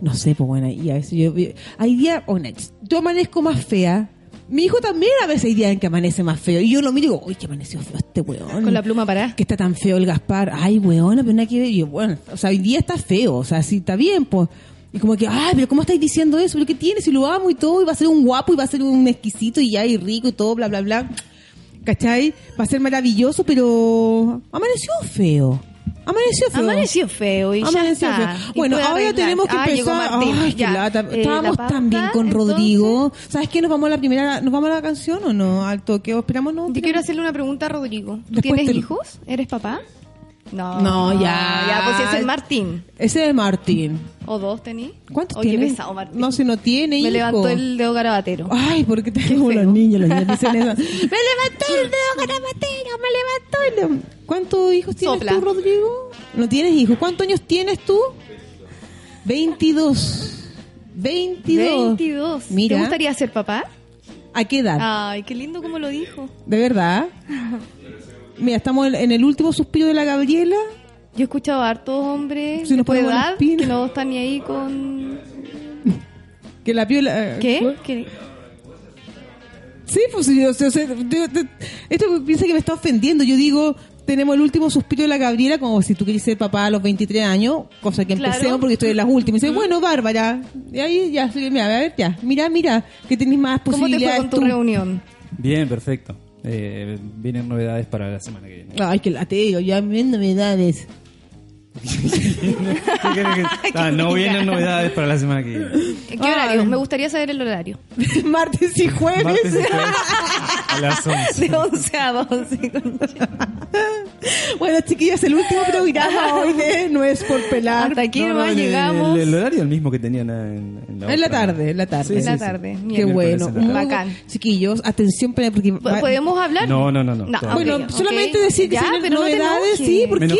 Speaker 2: no sé, pues bueno, y a veces yo. yo- Hay días, bueno, yo amanezco más fea. Mi hijo también a veces hay días en que amanece más feo. Y yo lo miro y digo, uy, que amaneció feo este weón.
Speaker 3: Con la pluma parada.
Speaker 2: que está tan feo el Gaspar. Ay, weona, pero nada que ver. Y yo, bueno, o sea, hoy día está feo, o sea, sí, está bien, pues. Y como que, ay, pero ¿cómo estáis diciendo eso? ¿Pero qué tiene? Si lo amo y todo, y va a ser un guapo, y va a ser un exquisito, y ya, y rico, y todo, bla, bla, bla. ¿Cachai? Va a ser maravilloso, pero amaneció feo. Amaneció feo.
Speaker 3: Amaneció feo y
Speaker 2: Amaneció
Speaker 3: ya está.
Speaker 2: feo.
Speaker 3: Y
Speaker 2: Bueno,
Speaker 3: puede
Speaker 2: ahora
Speaker 3: arreglar.
Speaker 2: tenemos que
Speaker 3: Ah, llegó
Speaker 2: empezar.
Speaker 3: Martín,
Speaker 2: Ay, qué
Speaker 3: ya.
Speaker 2: lata.
Speaker 3: Eh,
Speaker 2: Estábamos
Speaker 3: la
Speaker 2: tan bien
Speaker 3: pauta,
Speaker 2: con
Speaker 3: entonces,
Speaker 2: Rodrigo. ¿Sabes qué? Nos vamos a la primera, nos vamos a la canción o no? Al toque, ¿O esperamos no.
Speaker 3: Yo quiero hacerle una pregunta a Rodrigo. ¿Tú
Speaker 2: Después
Speaker 3: tienes
Speaker 2: te lo-
Speaker 3: hijos? ¿Eres papá? No.
Speaker 2: No, ya.
Speaker 3: Ya, pues es el Martín.
Speaker 2: Ese es Martín.
Speaker 3: ¿O dos tení?
Speaker 2: ¿Cuántos
Speaker 3: Oye, qué
Speaker 2: tiene?
Speaker 3: pesado, Martín.
Speaker 2: No, si no tiene
Speaker 3: Me
Speaker 2: hijo.
Speaker 3: levantó el dedo garabatero.
Speaker 2: Ay, porque tenemos
Speaker 3: feo.
Speaker 2: los niños, los niños dicen eso. me
Speaker 3: <laughs>
Speaker 2: levantó el dedo garabatero, me levantó el dedo. ¿Cuántos hijos tienes
Speaker 3: Sopla.
Speaker 2: tú, Rodrigo? No tienes hijos. ¿Cuántos años tienes tú? 22. 22.
Speaker 3: 22.
Speaker 2: Mira,
Speaker 3: ¿Te gustaría ser papá?
Speaker 2: ¿a qué edad?
Speaker 3: Ay, qué lindo como lo dijo.
Speaker 2: De verdad. Mira, estamos en- en el último suspiro de la Gabriela.
Speaker 3: Yo he escuchado a hartos hombres
Speaker 2: Si
Speaker 3: de
Speaker 2: nos
Speaker 3: tu
Speaker 2: ponemos las
Speaker 3: edad
Speaker 2: pilas.
Speaker 3: que no están ni ahí con...
Speaker 2: Que la piola. eh,
Speaker 3: ¿Qué? ¿Qué?
Speaker 2: Sí, pues yo, yo sé- yo- yo- esto piensa que me está ofendiendo. Yo digo, tenemos el último suspiro de la Gabriela, como si tú quieres ser papá a los 23 años, cosa que
Speaker 3: Claro.
Speaker 2: empecemos porque estoy en las últimas. Y dice, bueno, Bárbara, y ahí ya, sí, mira, a ver, ya, mira, mira, que tenés más
Speaker 3: ¿Cómo te fue
Speaker 2: posibilidades.
Speaker 3: con tu
Speaker 2: tú.
Speaker 3: reunión?
Speaker 4: Bien, perfecto. Eh, vienen novedades para la semana que viene.
Speaker 3: <laughs>
Speaker 2: Ay, que lateo, ya viendo novedades.
Speaker 4: ¿Qué quieres que- Ah, no vienen novedades para la semana que viene.
Speaker 3: ¿Qué
Speaker 2: Ah.
Speaker 3: horario? Me gustaría saber el
Speaker 2: <laughs>
Speaker 3: horario.
Speaker 2: <laughs> Martes y jueves.
Speaker 3: <laughs>
Speaker 4: Martes y jueves a las 11.
Speaker 3: De 11 a 12. concha.
Speaker 2: Bueno, chiquillos, el último
Speaker 3: <laughs>
Speaker 2: programa hoy de No es por pelar.
Speaker 3: Hasta aquí
Speaker 4: No, no,
Speaker 3: nomás
Speaker 4: en el-
Speaker 3: llegamos.
Speaker 4: El, el horario es el mismo que tenían en, en la
Speaker 2: En la
Speaker 4: otra.
Speaker 2: tarde, en la tarde.
Speaker 4: Sí,
Speaker 3: en la
Speaker 4: sí, sí.
Speaker 3: tarde.
Speaker 2: Qué
Speaker 3: Mierda.
Speaker 2: bueno.
Speaker 4: Miércoles en
Speaker 3: la
Speaker 2: Muy
Speaker 3: tarde.
Speaker 2: bu- Chiquillos, atención para porque
Speaker 3: Po-
Speaker 2: va-
Speaker 3: Pues ¿Podemos hablar?
Speaker 4: No, no, no, no.
Speaker 3: No,
Speaker 4: Todavía.
Speaker 2: Ah. Bueno,
Speaker 3: Ok,
Speaker 2: solamente
Speaker 3: ok.
Speaker 2: decir que
Speaker 3: Ya,
Speaker 2: vienen
Speaker 3: pero no te
Speaker 2: novedades,
Speaker 3: enojes.
Speaker 2: sí, ¿por
Speaker 4: Me
Speaker 2: qué?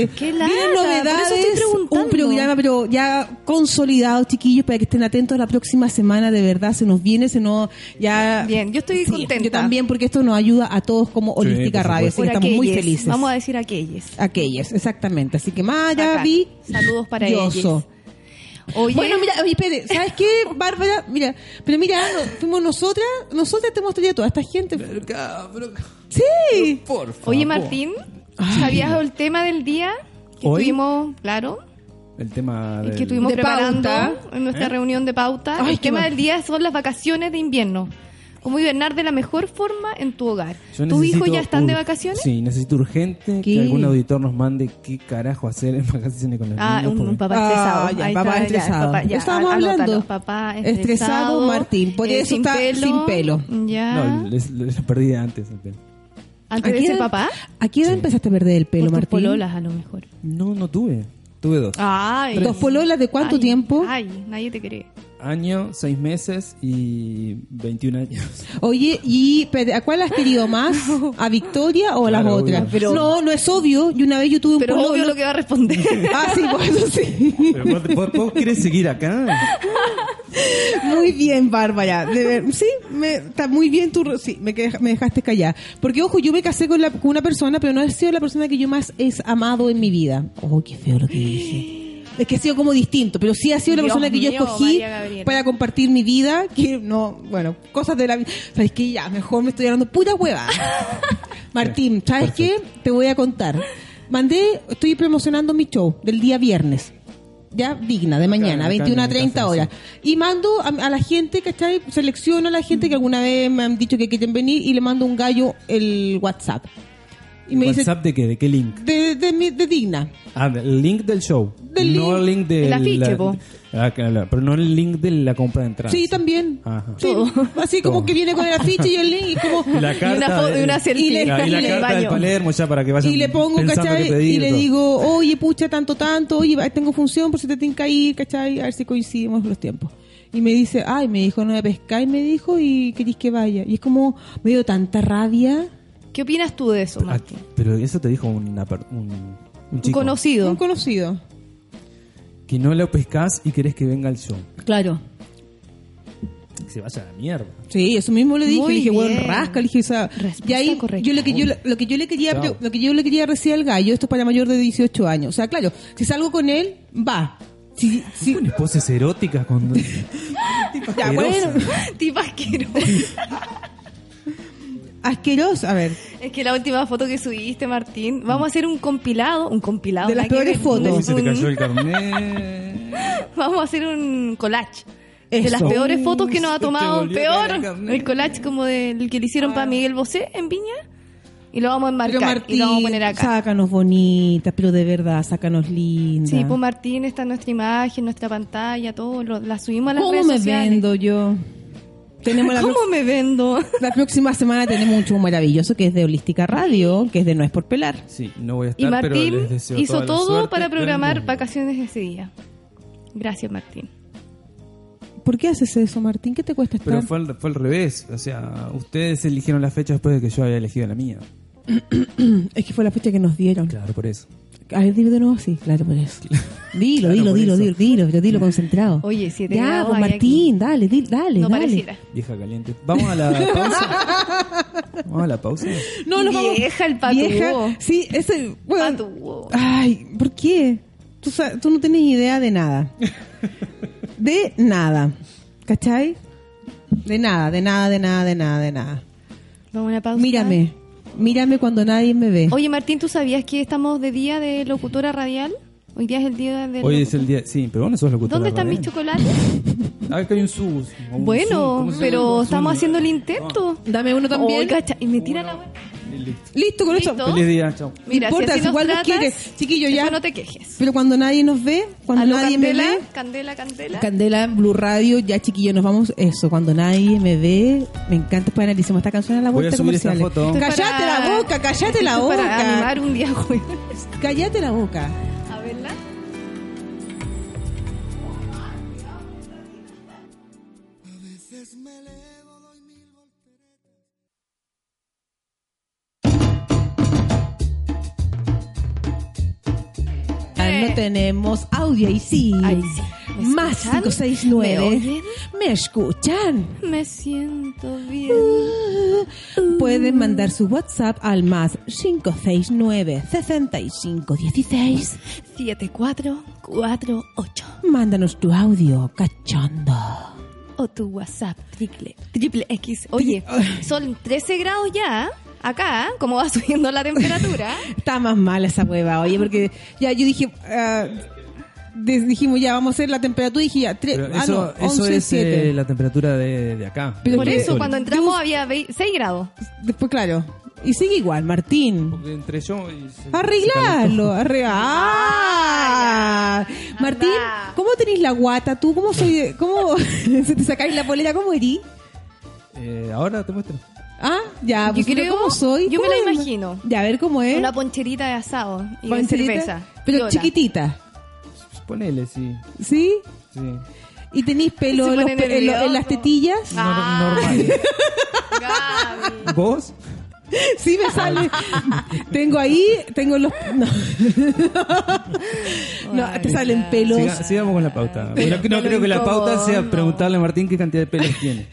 Speaker 4: enojé.
Speaker 3: Qué
Speaker 2: Vienen
Speaker 3: lata, por eso estoy
Speaker 2: novedades,
Speaker 3: preguntando.
Speaker 2: un programa pero ya consolidado, chiquillos, para que estén atentos la próxima semana, de verdad, se nos viene, se nos ya...
Speaker 3: Bien, yo estoy
Speaker 2: Sí,
Speaker 3: contenta.
Speaker 2: Yo también, porque esto nos ayuda a todos como Holística
Speaker 4: por
Speaker 2: Radio, así que
Speaker 3: Por
Speaker 2: estamos muy
Speaker 3: aquelles.
Speaker 2: felices.
Speaker 3: Vamos a decir aquellos.
Speaker 2: Aquellos, exactamente. Así que Maya,
Speaker 3: Bacán.
Speaker 2: Vi,
Speaker 3: Saludos para
Speaker 2: ellos.
Speaker 3: ellos. Oye,
Speaker 2: Bueno, mira, oye, espere, ¿sabes qué,
Speaker 3: <laughs>
Speaker 2: Bárbara? Mira, pero mira, no, fuimos nosotras, nosotras te hemos traído a toda esta gente. Sí.
Speaker 4: Por favor.
Speaker 3: oye Martín, ¿sabías el tema del día? Que
Speaker 4: ¿Hoy?
Speaker 3: tuvimos, claro,
Speaker 4: El tema
Speaker 3: el
Speaker 4: del... ¿Eh?
Speaker 3: que estuvimos
Speaker 2: De
Speaker 3: preparando
Speaker 2: pauta.
Speaker 3: en nuestra reunión de pauta.
Speaker 2: Ay,
Speaker 3: el
Speaker 2: qué
Speaker 3: tema
Speaker 2: mal.
Speaker 3: del día son las vacaciones de invierno. Cómo hibernar de la mejor forma en tu hogar.
Speaker 4: Yo
Speaker 3: ¿Tu hijo
Speaker 4: necesito
Speaker 3: ya están de
Speaker 4: ur-
Speaker 3: vacaciones?
Speaker 4: Sí, necesito urgente
Speaker 2: ¿Qué?
Speaker 4: que algún auditor nos mande qué carajo hacer en vacaciones con los
Speaker 3: Ah,
Speaker 4: niños.
Speaker 3: un,
Speaker 4: porque-
Speaker 3: un papá
Speaker 2: Ah,
Speaker 3: estresado.
Speaker 2: ya,
Speaker 3: Ahí
Speaker 2: papá
Speaker 3: está,
Speaker 2: estresado.
Speaker 3: papá, ya,
Speaker 2: Estábamos
Speaker 3: anótalo.
Speaker 2: hablando.
Speaker 3: Papá
Speaker 2: Estresado
Speaker 3: estresado, eh,
Speaker 2: Martín, por eso está sin pelo.
Speaker 3: Ya.
Speaker 4: No, les, les perdí antes. el pelo.
Speaker 3: Antes
Speaker 2: ¿A
Speaker 3: de
Speaker 2: qué
Speaker 3: ser
Speaker 2: edad-
Speaker 3: papá,
Speaker 2: ¿A qué edad empezaste a perder el
Speaker 3: por
Speaker 2: pelo,
Speaker 3: tus
Speaker 2: Martín?
Speaker 3: pololas a lo mejor.
Speaker 4: No, no tuve. Tuve dos.
Speaker 3: Ah. Ay.
Speaker 2: ¿Dos pololas de cuánto
Speaker 3: Ay,
Speaker 2: tiempo?
Speaker 3: Ay, nadie te cree.
Speaker 4: Año, seis meses y 21 años.
Speaker 2: Oye, ¿y espérate, a cuál has querido más?
Speaker 3: <laughs>
Speaker 2: ¿A Victoria o a las
Speaker 4: Claro,
Speaker 2: otras?
Speaker 4: obvio.
Speaker 3: Pero-
Speaker 2: no, no es obvio. Y una vez yo tuve un
Speaker 3: Pero
Speaker 2: pololo.
Speaker 3: obvio lo que va a responder.
Speaker 2: <laughs> Ah, sí, por eso
Speaker 3: <laughs>
Speaker 2: sí.
Speaker 4: Pero ¿Vos, vos- vos querés seguir acá?
Speaker 2: Muy bien, Bárbara. De ver- sí, me- está muy bien tu... re- Sí, me, que- me dejaste callar. Porque, ojo, yo me casé con, la- con una persona, pero no he sido la persona que yo más he amado en mi vida. Oh, qué feo lo que dije. Es que ha sido como distinto, pero sí ha sido la
Speaker 3: Dios
Speaker 2: persona que yo
Speaker 3: mío,
Speaker 2: escogí
Speaker 3: María Gabriela.
Speaker 2: para compartir mi vida, que no, bueno, cosas de la vida. ¿Sabes qué? Ya, mejor me estoy hablando pura hueva. Martín, ¿sabes qué? Te voy a contar. Mandé, estoy promocionando mi show del día viernes. Ya digna, de mañana,
Speaker 4: acá
Speaker 2: 21 a
Speaker 4: en mi
Speaker 2: 30
Speaker 4: casa,
Speaker 2: horas. Y mando a, a la gente, ¿cachai? Selecciono a la gente que alguna vez me han dicho que quieren venir y le mando un gallo el WhatsApp. Y me
Speaker 4: ¿WhatsApp de qué? ¿De qué link?
Speaker 2: dice, de, de, mi- de digna.
Speaker 4: Ah, el link del show.
Speaker 2: Del
Speaker 4: no el link de
Speaker 3: El afiche, po.
Speaker 4: Ah, claro, pero no el link de la compra de entradas.
Speaker 2: Sí, también.
Speaker 4: Ajá.
Speaker 2: Sí. Así como
Speaker 4: Ah, Todo.
Speaker 2: que viene con el afiche y el link <laughs> y
Speaker 4: <laughs>
Speaker 2: como...
Speaker 4: La
Speaker 3: y una
Speaker 4: carta
Speaker 3: foto
Speaker 4: de-
Speaker 3: y una selfie.
Speaker 2: y le-
Speaker 4: Y la, y la
Speaker 2: en el
Speaker 4: carta de
Speaker 3: baño.
Speaker 4: Palermo ya para que vayan
Speaker 2: y le pongo,
Speaker 4: pensando
Speaker 2: ¿cachai?
Speaker 4: qué pedir,
Speaker 2: y le
Speaker 4: todo.
Speaker 2: digo, oye, pucha, tanto, tanto, oye, va- tengo función, por si te tienen que ir, ¿cachai? A ver si coincidimos los tiempos. Y me dice, ay, me dijo, no me pescáis, me dijo, y querís que vaya. Y es como, me dio tanta rabia.
Speaker 3: ¿Qué opinas tú de eso,
Speaker 4: Ah,
Speaker 3: Martín?
Speaker 4: pero eso te dijo una per- un, un
Speaker 3: Un
Speaker 4: chico.
Speaker 3: conocido.
Speaker 2: Un conocido.
Speaker 4: Que no lo pescás y querés que venga al show.
Speaker 2: Claro.
Speaker 4: Que se vaya a la mierda.
Speaker 2: Sí, eso mismo le dije,
Speaker 3: Muy
Speaker 2: le dije, bueno,
Speaker 3: bien.
Speaker 2: rasca, le dije, o sea,
Speaker 3: Respuesta
Speaker 2: y ahí
Speaker 3: correcta.
Speaker 2: yo lo que yo lo que yo le quería
Speaker 4: Chao.
Speaker 2: lo que yo le quería decir al gallo, esto es para mayor de 18 años. O sea, claro, si salgo con él, va. Si, si-
Speaker 4: Con esposas eróticas con... Tipa
Speaker 2: Ya, bueno.
Speaker 4: asquerosa.
Speaker 3: <laughs> Tipo asqueroso.
Speaker 2: asqueroso, a ver.
Speaker 3: Es que la última foto que subiste, Martín, vamos a hacer un compilado, un compilado.
Speaker 2: De las
Speaker 3: nada que
Speaker 2: peores
Speaker 3: ver,
Speaker 2: fotos.
Speaker 4: Uy,
Speaker 3: un-
Speaker 4: se te cayó
Speaker 3: un-
Speaker 4: el carnet.
Speaker 3: <laughs> vamos a hacer un collage. De
Speaker 2: Eso.
Speaker 3: las peores fotos que nos
Speaker 4: Se
Speaker 3: ha
Speaker 4: te
Speaker 3: tomado.
Speaker 4: volvió a caer Ah.
Speaker 3: Peor.
Speaker 4: el carnet.
Speaker 3: El collage como del que le hicieron para Miguel Bosé en Viña. Y lo vamos a
Speaker 2: Pero
Speaker 3: enmarcar.
Speaker 2: Martín,
Speaker 3: y lo vamos a poner acá.
Speaker 2: sácanos bonita, pero de verdad, sácanos linda.
Speaker 3: Sí, pues Martín, está nuestra imagen, nuestra pantalla, todo. lo- la subimos a las
Speaker 2: ¿Cómo
Speaker 3: redes
Speaker 2: me
Speaker 3: sociales.
Speaker 2: vendo yo? Tenemos la,
Speaker 3: <laughs> ¿Cómo me
Speaker 4: Ah,
Speaker 3: vendo?
Speaker 2: pro- la próxima semana tenemos un show maravilloso que es de Holística Radio, que es de No es por pelar.
Speaker 4: Sí, no voy a
Speaker 3: Y
Speaker 4: estar, pero
Speaker 3: Martín
Speaker 4: les deseo
Speaker 3: hizo
Speaker 4: toda la
Speaker 3: todo
Speaker 4: suerte
Speaker 3: para
Speaker 4: del
Speaker 3: programar
Speaker 4: mundo.
Speaker 3: vacaciones ese día. Gracias, Martín.
Speaker 2: ¿Por qué haces eso, Martín? ¿Qué te cuesta estar?
Speaker 4: Pero fue al, fue al revés. O sea, ustedes eligieron la fecha después de que yo había elegido la mía.
Speaker 2: Es que fue la fecha que nos dieron.
Speaker 4: Claro, por eso.
Speaker 2: A ver, dilo de nuevo así. Claro, por eso. Dilo,
Speaker 4: Claro,
Speaker 2: dilo,
Speaker 4: por
Speaker 2: dilo,
Speaker 4: eso.
Speaker 2: dilo, dilo, pero dilo concentrado.
Speaker 3: Oye, siete
Speaker 2: Ya,
Speaker 3: grados
Speaker 2: pues
Speaker 3: hay aquí.
Speaker 2: Martín, dale, dil- dale,
Speaker 3: No
Speaker 2: dale.
Speaker 3: pareciera.
Speaker 4: Vieja caliente. Vamos a la pausa.
Speaker 3: <laughs>
Speaker 4: Vamos a la pausa.
Speaker 2: No, no, vamos.
Speaker 3: Vieja el Oh, patuó.
Speaker 2: Vieja, sí, ese, bueno,
Speaker 3: Patuó.
Speaker 2: Ay, ¿por qué? Tú, sa- tú no tienes idea de nada. De nada. ¿Cachai? De nada, de nada, de nada, de nada, de nada.
Speaker 3: Vamos a una pausa.
Speaker 2: Mírame. Mírame cuando nadie me ve.
Speaker 3: Oye, Martín, ¿tú sabías que estamos de día de locutora radial? Hoy día es el día de.
Speaker 4: Hoy es el día. Sí, pero vos no sos locutora.
Speaker 3: ¿Dónde están mis
Speaker 4: radial.
Speaker 3: chocolates?
Speaker 2: <laughs>
Speaker 4: Acá hay un sus. un sus,
Speaker 3: bueno,
Speaker 4: ¿cómo se llama?
Speaker 3: pero
Speaker 4: Un
Speaker 3: estamos
Speaker 4: sus. Ah,
Speaker 3: haciendo el intento.
Speaker 2: Ah. Dame uno también.
Speaker 3: Oiga, cha- y me tira la wea.
Speaker 4: Y Listo.
Speaker 2: Listo con
Speaker 3: Listo.
Speaker 2: esto.
Speaker 3: ¿No?
Speaker 4: Feliz día, chao.
Speaker 2: No importa, si
Speaker 3: nos
Speaker 2: igual vos
Speaker 3: tratas,
Speaker 2: quieres. Chiquillo, ya.
Speaker 3: después no te quejes.
Speaker 2: Pero cuando nadie nos ve, cuando
Speaker 3: Aló,
Speaker 2: nadie
Speaker 3: candela,
Speaker 2: me ve.
Speaker 3: candela, candela,
Speaker 2: Candela, Blue Radio, ya chiquillos, nos vamos. Eso, cuando nadie me ve, me encanta. Después analicemos esta canción a la
Speaker 4: Voy
Speaker 2: vuelta
Speaker 4: a subir esta
Speaker 2: comercial.
Speaker 4: foto.
Speaker 3: Esto es
Speaker 2: Cállate
Speaker 3: para-
Speaker 2: la boca, cállate la
Speaker 3: esto es Para
Speaker 2: boca.
Speaker 3: animar un día jueves.
Speaker 2: Cállate la boca.
Speaker 3: A verla.
Speaker 2: Ah, No tenemos audio, ahí sí.
Speaker 3: Ahí sí. ¿Me
Speaker 2: Más
Speaker 3: escuchan?
Speaker 2: 569.
Speaker 3: ¿Me oyen?
Speaker 2: ¿Me escuchan?
Speaker 3: Me siento bien.
Speaker 2: Uh. Pueden mandar su WhatsApp al más 569 6516.
Speaker 3: 7448
Speaker 2: Mándanos tu audio, cachondo.
Speaker 3: o tu WhatsApp triple, triple X. Oye, son 13 grados ya acá, como va <laughs> subiendo la temperatura.
Speaker 2: Está más mala esa hueva, oye, porque ya yo dije, ah, des- dijimos ya vamos a hacer la temperatura, dije ya, tre-
Speaker 4: Pero
Speaker 2: ah, no,
Speaker 4: eso, eso
Speaker 2: 11,
Speaker 4: es eh,
Speaker 2: 7.
Speaker 4: la temperatura de, de acá.
Speaker 2: Pero
Speaker 4: de
Speaker 3: Por
Speaker 2: que-
Speaker 3: eso
Speaker 4: Sol.
Speaker 3: cuando entramos había vei- 6 grados.
Speaker 2: Después, claro, y sigue igual, Martín.
Speaker 4: Entre yo y... se-
Speaker 2: Arreglarlo, arreglar. Martín,
Speaker 3: Anda.
Speaker 2: ¿cómo tenés la guata tú? ¿Cómo soy? ¿Cómo <laughs> se te sacáis la polera? ¿Cómo erí?
Speaker 4: Eh, ahora te muestro.
Speaker 2: Ah, ya,
Speaker 3: Yo
Speaker 2: pues,
Speaker 3: creo-
Speaker 2: ¿cómo soy?
Speaker 3: yo me la
Speaker 2: ¿Cómo es?
Speaker 3: imagino.
Speaker 2: Ya, a ver cómo es.
Speaker 3: Una poncherita de asado y de
Speaker 2: Pancherita,
Speaker 3: cerveza.
Speaker 2: ¿Eh? Pero
Speaker 3: Viola.
Speaker 2: chiquitita,
Speaker 4: Ponele, sí.
Speaker 2: ¿sí?
Speaker 4: sí. No-
Speaker 2: Y tenéis pelo
Speaker 3: <laughs> Se
Speaker 2: en los
Speaker 3: pone
Speaker 2: pe- en lo- en las
Speaker 3: nervioso.
Speaker 2: tetillas.
Speaker 3: Ah.
Speaker 2: <laughs>
Speaker 4: Normal.
Speaker 3: Gaby.
Speaker 4: ¿Vos?
Speaker 2: Sí me sale. tengo ahí, tengo los no. no, te salen pelos.
Speaker 4: Siga- sigamos con la
Speaker 2: <laughs>
Speaker 4: pauta. Bueno, no
Speaker 3: Pelo
Speaker 4: creo que la
Speaker 3: incómodo,
Speaker 4: pauta sea
Speaker 3: no.
Speaker 4: preguntarle a Martín qué cantidad de pelos
Speaker 2: <laughs>
Speaker 4: tiene.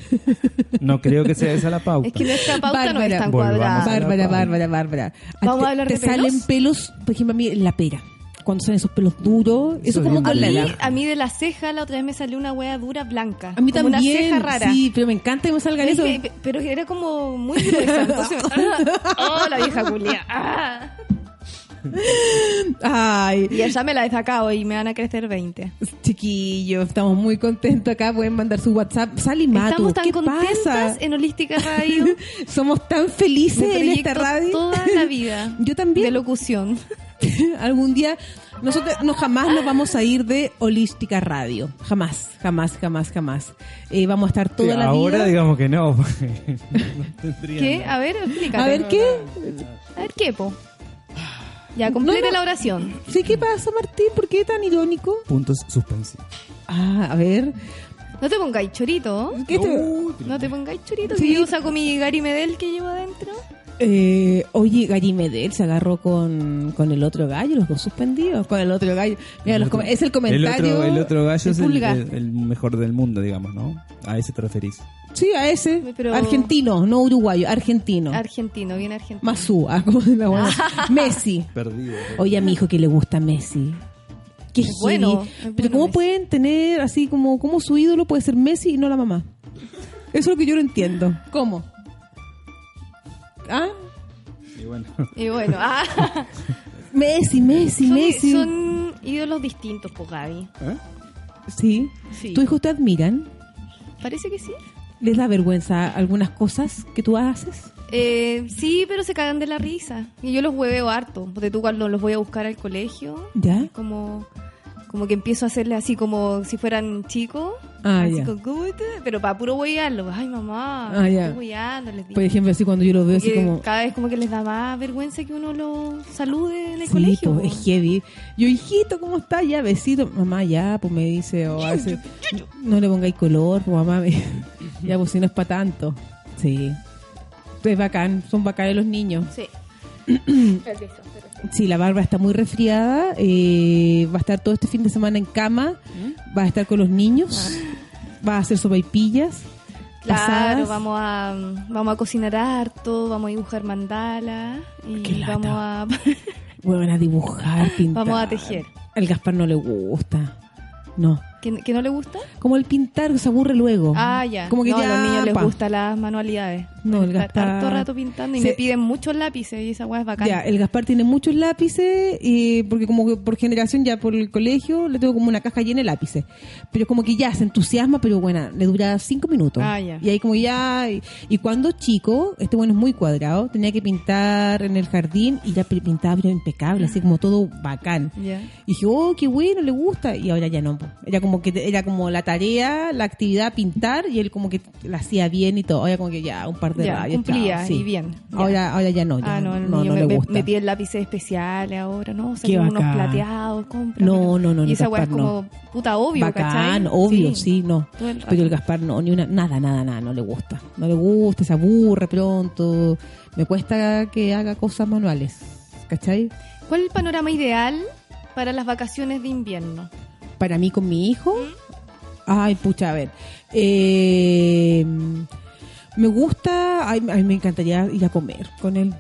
Speaker 4: No creo que sea esa la pauta.
Speaker 3: Es que nuestra pauta no es
Speaker 2: Bárbara,
Speaker 3: tan
Speaker 4: volvamos a-
Speaker 3: cuadrada.
Speaker 2: Bárbara, Bárbara, Bárbara.
Speaker 3: ¿Vamos
Speaker 2: te,
Speaker 3: a hablar
Speaker 2: te
Speaker 3: de pelos?
Speaker 2: salen pelos, por ejemplo, a mí en la pera. Cuando son esos pelos duros, eso
Speaker 4: es
Speaker 2: como
Speaker 4: bien
Speaker 2: con la
Speaker 4: duro.
Speaker 2: edad.
Speaker 3: A mí de la ceja la otra vez me salió una hueá dura blanca.
Speaker 2: A mí
Speaker 3: como
Speaker 2: también.
Speaker 3: Una ceja rara.
Speaker 2: Sí, pero me encanta que me salgan eso.
Speaker 3: Dije, pe- pero era como muy gruesa. Entonces,
Speaker 2: <laughs>
Speaker 3: ah, oh, la vieja culia. Ah.
Speaker 2: Ay.
Speaker 3: Y ella me la he sacado y me van a crecer 20.
Speaker 2: Chiquillos, estamos muy contentos acá. Pueden mandar su WhatsApp. Sali Matu,
Speaker 3: Estamos tan
Speaker 2: ¿qué
Speaker 3: contentas
Speaker 2: pasa?
Speaker 3: en Holística
Speaker 2: <laughs>
Speaker 3: Radio.
Speaker 2: Somos tan
Speaker 3: Me
Speaker 2: felices en
Speaker 3: proyecto
Speaker 2: esta radio.
Speaker 3: toda la vida.
Speaker 2: <laughs> Yo también.
Speaker 3: De locución.
Speaker 2: <laughs> algún día nosotros no jamás nos vamos a ir de holística radio jamás jamás jamás jamás Eh, vamos a estar toda la
Speaker 4: ahora
Speaker 2: vida
Speaker 4: digamos que
Speaker 2: <laughs>
Speaker 4: no. porque no tendría
Speaker 3: ¿Qué?
Speaker 4: nada.
Speaker 3: A ver, explícate.
Speaker 2: a ver qué Ah.
Speaker 3: A ver, ¿qué, po? Ya, complete
Speaker 2: No, no.
Speaker 3: la oración.
Speaker 2: sí qué pasa Martín por qué tan irónico
Speaker 4: Puntos suspensivos.
Speaker 2: ah a ver
Speaker 3: No te pongáis chorito. ¿oh?
Speaker 2: ¿qué te-
Speaker 4: Uy,
Speaker 3: No te pongáis chorito.
Speaker 2: Sí.
Speaker 3: Que yo saco mi Gary Medel que llevo adentro.
Speaker 2: Eh, oye Gary Medel se agarró con, con el otro gallo los dos suspendidos con el otro gallo Mira,
Speaker 4: El
Speaker 2: los
Speaker 4: otro-
Speaker 2: com- es el comentario
Speaker 4: El otro, el otro gallo
Speaker 3: el
Speaker 4: es el,
Speaker 3: pulga.
Speaker 4: el- el mejor del mundo, digamos, ¿no? A ese te referís.
Speaker 2: sí a ese
Speaker 3: Pero-
Speaker 2: argentino no uruguayo argentino
Speaker 3: Argentino, bien argentino.
Speaker 2: Mazú <laughs> ah, como la buena. Messi
Speaker 4: Perdido.
Speaker 2: Oye, a mi hijo que le gusta Messi. Qué
Speaker 3: Es bueno,
Speaker 2: heavy.
Speaker 3: es
Speaker 2: Pero
Speaker 3: bueno
Speaker 2: ¿cómo
Speaker 3: Messi.
Speaker 2: pueden tener así como cómo su ídolo puede ser Messi y no la mamá? Eso es lo que yo no entiendo. ¿Cómo? ¿Ah?
Speaker 4: Y bueno.
Speaker 3: Y bueno, ah,
Speaker 2: Messi, Messi,
Speaker 3: son,
Speaker 2: Messi.
Speaker 3: son ídolos distintos, po, Gaby.
Speaker 4: ¿Eh?
Speaker 2: Sí.
Speaker 3: Sí.
Speaker 2: ¿Tus hijos te admiran?
Speaker 3: Parece que sí.
Speaker 2: ¿Les da vergüenza algunas cosas que tú haces?
Speaker 3: Eh, sí, pero se cagan de la risa. Y yo los hueveo harto. Porque tú cuando los voy a buscar al colegio,
Speaker 2: ¿Ya?
Speaker 3: como, como que empiezo a hacerle así como si fueran chicos.
Speaker 2: Ah,
Speaker 3: así
Speaker 2: ya.
Speaker 3: con, "¿Cómo estás?", Pero para puro huevearlos. Ay, mamá,
Speaker 2: Ah, ya.
Speaker 3: estoy hueveando, les digo.
Speaker 2: Por ejemplo, así cuando yo los veo así
Speaker 3: Porque
Speaker 2: como...
Speaker 3: Cada vez como que les da más vergüenza que uno los salude en el
Speaker 2: Sí,
Speaker 3: colegio.
Speaker 2: po, es heavy. Yo, hijito, ¿cómo está? Ya, besito. Mamá, ya, pues me dice, o a veces, no le pongáis color, pues mamá,
Speaker 3: <laughs>
Speaker 2: me- ya, pues si no es para tanto. Sí. Es bacán, son bacanes los niños. <clears throat>
Speaker 3: Sí.
Speaker 2: Sí, la barba está muy resfriada, eh, va a estar todo este fin de semana en cama,
Speaker 3: ¿Mm?
Speaker 2: va a estar con los niños, va a hacer sopaipillas,
Speaker 3: Ah. Claro,
Speaker 2: pasadas.
Speaker 3: vamos a vamos a cocinar harto, vamos a dibujar mandala
Speaker 2: Qué
Speaker 3: y
Speaker 2: lata.
Speaker 3: vamos a <laughs>
Speaker 2: Bueno, a dibujar, pintar.
Speaker 3: Vamos a tejer.
Speaker 2: Al Gaspar no le gusta. No.
Speaker 3: ¿Que, que no le gusta?
Speaker 2: Como el pintar se aburre luego.
Speaker 3: Ah, ya.
Speaker 2: Como que
Speaker 3: no,
Speaker 2: ya,
Speaker 3: a los niños les
Speaker 2: pa.
Speaker 3: gustan las manualidades.
Speaker 2: No, el
Speaker 3: Estar
Speaker 2: Gaspar.
Speaker 3: harto rato pintando y
Speaker 2: Se-
Speaker 3: me piden muchos lápices y esa weá es bacán.
Speaker 2: Ya, el Gaspar tiene muchos lápices y porque como que por generación ya por el colegio le tengo como una caja llena de lápices. Pero como que ya se entusiasma, pero bueno, le dura cinco minutos.
Speaker 3: Ah, ya.
Speaker 2: Y ahí como ya... Y, y cuando chico, este bueno es muy cuadrado, tenía que pintar en el jardín y ya pi- pintaba pero impecable, así como todo bacán.
Speaker 3: Ya.
Speaker 2: Y dije, oh, qué bueno, le gusta. Y ahora ya no. po. Era como que era como la tarea, la actividad pintar y él como que la hacía bien y todo. Ahora como que ya un par de
Speaker 3: Ya,
Speaker 2: rayos,
Speaker 3: cumplía
Speaker 2: chao,
Speaker 3: y bien, ya.
Speaker 2: Ahora, ahora ya no. Ya,
Speaker 3: Ah, no,
Speaker 2: no,
Speaker 3: el
Speaker 2: no,
Speaker 3: niño
Speaker 2: le
Speaker 3: me,
Speaker 2: gusta.
Speaker 3: me piden lápices especiales ahora, ¿no? O sea,
Speaker 2: Qué
Speaker 3: tengo unos
Speaker 2: bacán.
Speaker 3: plateados, compra.
Speaker 2: No, no, no,
Speaker 3: Y
Speaker 2: no,
Speaker 3: esa weá es
Speaker 2: Gaspar,
Speaker 3: como puta obvio,
Speaker 2: Bacán,
Speaker 3: ¿cachai?
Speaker 2: obvio, sí, no.
Speaker 3: Todo el rato.
Speaker 2: pero el Gaspar no, ni una, nada, nada, nada, no le gusta. No le gusta, se aburre pronto. Me cuesta que haga cosas manuales. ¿Cachai?
Speaker 3: ¿Cuál es el panorama ideal para las vacaciones de invierno?
Speaker 2: para mí con mi hijo. Ay, pucha, a ver. Eh, me gusta, ay, a mí me encantaría ir a comer con él.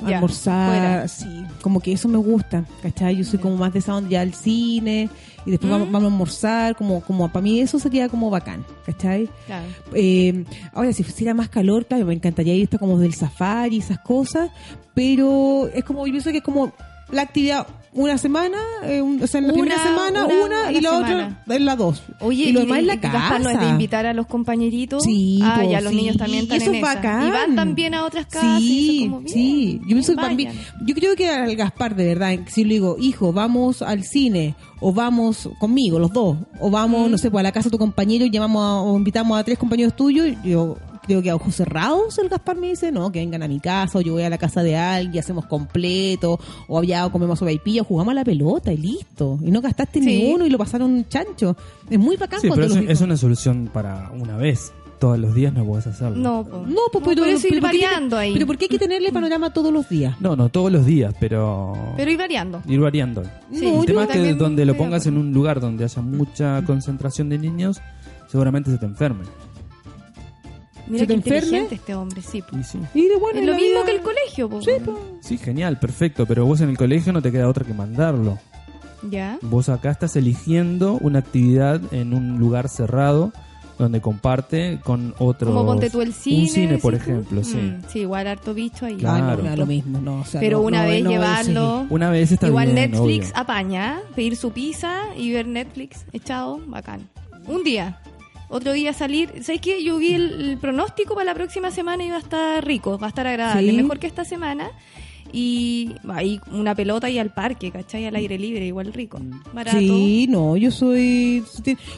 Speaker 3: Ya,
Speaker 2: almorzar,
Speaker 3: fuera.
Speaker 2: sí, como que eso me gusta, ¿cachai? Yo soy como más de esa onda ya al cine y después vamos, vamos a almorzar, como como para mí eso sería como bacán, ¿cachai?
Speaker 3: Claro.
Speaker 2: Eh, ahora, si hiciera más calor, claro, me encantaría ir hasta como del safari, esas cosas, pero es como, yo pienso que es como la actividad una semana, eh, un- o sea, en la
Speaker 3: Una-
Speaker 2: primera semana una,
Speaker 3: una-
Speaker 2: y
Speaker 3: una
Speaker 2: la
Speaker 3: semana.
Speaker 2: otra en la dos.
Speaker 3: Oye,
Speaker 2: y lo
Speaker 3: y
Speaker 2: demás
Speaker 3: de-
Speaker 2: en la
Speaker 3: y Gaspar
Speaker 2: casa.
Speaker 3: no es de invitar a los compañeritos.
Speaker 2: Sí,
Speaker 3: ah,
Speaker 2: po,
Speaker 3: ya los
Speaker 2: sí,
Speaker 3: niños también están
Speaker 2: eso
Speaker 3: en
Speaker 2: es
Speaker 3: esa.
Speaker 2: bacán.
Speaker 3: Y van también a otras casas. y eso
Speaker 2: Sí,
Speaker 3: es como, bien,
Speaker 2: sí. Yo, pienso que también-
Speaker 3: vayan.
Speaker 2: yo creo que al Gaspar, de verdad, si le digo, hijo, vamos al cine, o vamos conmigo, los dos, o
Speaker 3: Mm.
Speaker 2: vamos, no sé, pues a la casa de tu compañero y llamamos a- o invitamos a tres compañeros tuyos, yo creo que a ojos cerrados el Gaspar me dice, no, que vengan a mi casa, o yo voy a la casa de alguien y hacemos completo, o allá o comemos sopaipilla, o jugamos a la pelota y listo. Y no gastaste
Speaker 3: Sí.
Speaker 2: ni uno y lo pasaron chancho. Es muy bacán
Speaker 4: Sí, pero
Speaker 2: cuando
Speaker 4: es,
Speaker 2: los hijos-
Speaker 4: es una solución para una vez. Todos los días no puedes hacerlo.
Speaker 3: No, po.
Speaker 2: No, pues, pero,
Speaker 3: por eso ir
Speaker 2: pero ¿por qué-
Speaker 3: variando ahí.
Speaker 2: pero ¿por qué hay que tenerle panorama todos los días?
Speaker 4: No, no, todos los días, pero...
Speaker 3: Pero ir variando.
Speaker 4: Ir variando.
Speaker 2: No,
Speaker 3: Sí,
Speaker 4: El
Speaker 3: yo
Speaker 4: tema es que
Speaker 3: también
Speaker 4: donde lo
Speaker 3: estoy de
Speaker 4: pongas en
Speaker 3: acuerdo.
Speaker 4: un lugar donde haya mucha concentración de niños, seguramente se te enferme.
Speaker 3: Mira
Speaker 2: se
Speaker 3: qué
Speaker 2: te enferme.
Speaker 3: inteligente este hombre, sí. po.
Speaker 4: Y sí.
Speaker 2: Y de bueno,
Speaker 3: Es
Speaker 2: en
Speaker 3: lo
Speaker 2: la
Speaker 3: mismo
Speaker 2: vida-
Speaker 3: que el colegio, po.
Speaker 2: Sí, po.
Speaker 4: Sí, genial, perfecto, pero vos en el colegio no te queda otra que mandarlo.
Speaker 3: Ya.
Speaker 4: Vos acá estás eligiendo una actividad en un lugar cerrado donde comparte con otros.
Speaker 3: Como ponte tú el cine.
Speaker 4: Un cine, por
Speaker 3: decís tú.
Speaker 4: ejemplo, sí.
Speaker 3: Mm, sí, igual harto bicho ahí.
Speaker 4: Claro.
Speaker 2: Ah, no, me da lo mismo, no. o sea,
Speaker 3: Pero
Speaker 2: no,
Speaker 3: una
Speaker 2: no,
Speaker 3: vez
Speaker 2: no,
Speaker 3: llevarlo.
Speaker 4: Una vez está
Speaker 3: Igual
Speaker 4: bien,
Speaker 3: Netflix
Speaker 4: obvio.
Speaker 3: apaña, pedir su pizza y ver Netflix echado, bacán. Un día. Otro día salir. ¿Sabes qué? Yo vi el, el pronóstico para la próxima semana y va a estar rico, va a estar agradable,
Speaker 2: Sí.
Speaker 3: mejor que esta semana. Y ahí una pelota y al parque, ¿cachai? Al aire libre, igual rico. Barato.
Speaker 2: Mm. Sí, no, yo soy...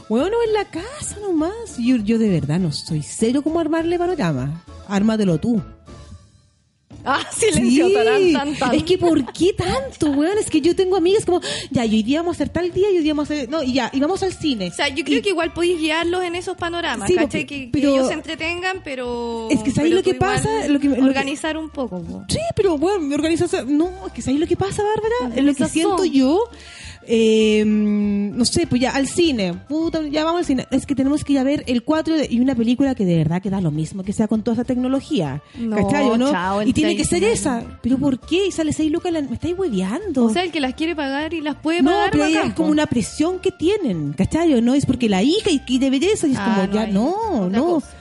Speaker 2: Bueno, en la casa nomás. Yo, yo de verdad no soy cero como armarle panorama. Ármatelo
Speaker 3: <laughs>
Speaker 2: tú.
Speaker 3: Ah, silencio,
Speaker 2: Sí.
Speaker 3: tarán, tan, tan.
Speaker 2: Es que ¿por qué tanto, weón? Es que yo tengo amigas como, ya, y hoy día vamos a hacer tal día y hoy día vamos a hacer... No, y ya, y vamos al cine.
Speaker 3: O sea, yo creo que igual podéis guiarlos en esos panoramas,
Speaker 2: Sí,
Speaker 3: ¿cachai?
Speaker 2: porque-
Speaker 3: Que, que
Speaker 2: pero-
Speaker 3: ellos se entretengan, pero.
Speaker 2: Es que ¿sabes
Speaker 3: pero
Speaker 2: lo
Speaker 3: tú
Speaker 2: que
Speaker 3: igual
Speaker 2: pasa? Lo que- lo que-
Speaker 3: organizar un poco. po.
Speaker 2: Sí, pero bueno, mi organización. No, es que ¿sabes lo que pasa, Bárbara? Lo que
Speaker 3: Organización.
Speaker 2: siento yo. eh, no sé, pues ya al cine. Puta, ya vamos al cine. Es que tenemos que ir a ver el 4 de- y una película que de verdad que da lo mismo que sea con toda esa tecnología.
Speaker 3: No,
Speaker 2: ¿Cachai, o no?
Speaker 3: chao, el
Speaker 2: y tiene que ser
Speaker 3: seis.
Speaker 2: esa. ¿Pero por qué? Y sale 6 lucas. la- me estáis hueveando.
Speaker 3: O sea, el que las quiere pagar y las puede
Speaker 2: no,
Speaker 3: pagar.
Speaker 2: pero ahí
Speaker 3: bacán,
Speaker 2: es como
Speaker 3: po.
Speaker 2: una presión que tienen, ¿cachai? o no? Es porque la hija y que debe de eso. Y es
Speaker 3: Ah,
Speaker 2: como,
Speaker 3: no,
Speaker 2: ya
Speaker 3: ahí
Speaker 2: no,
Speaker 3: otra
Speaker 2: no.
Speaker 3: cosa.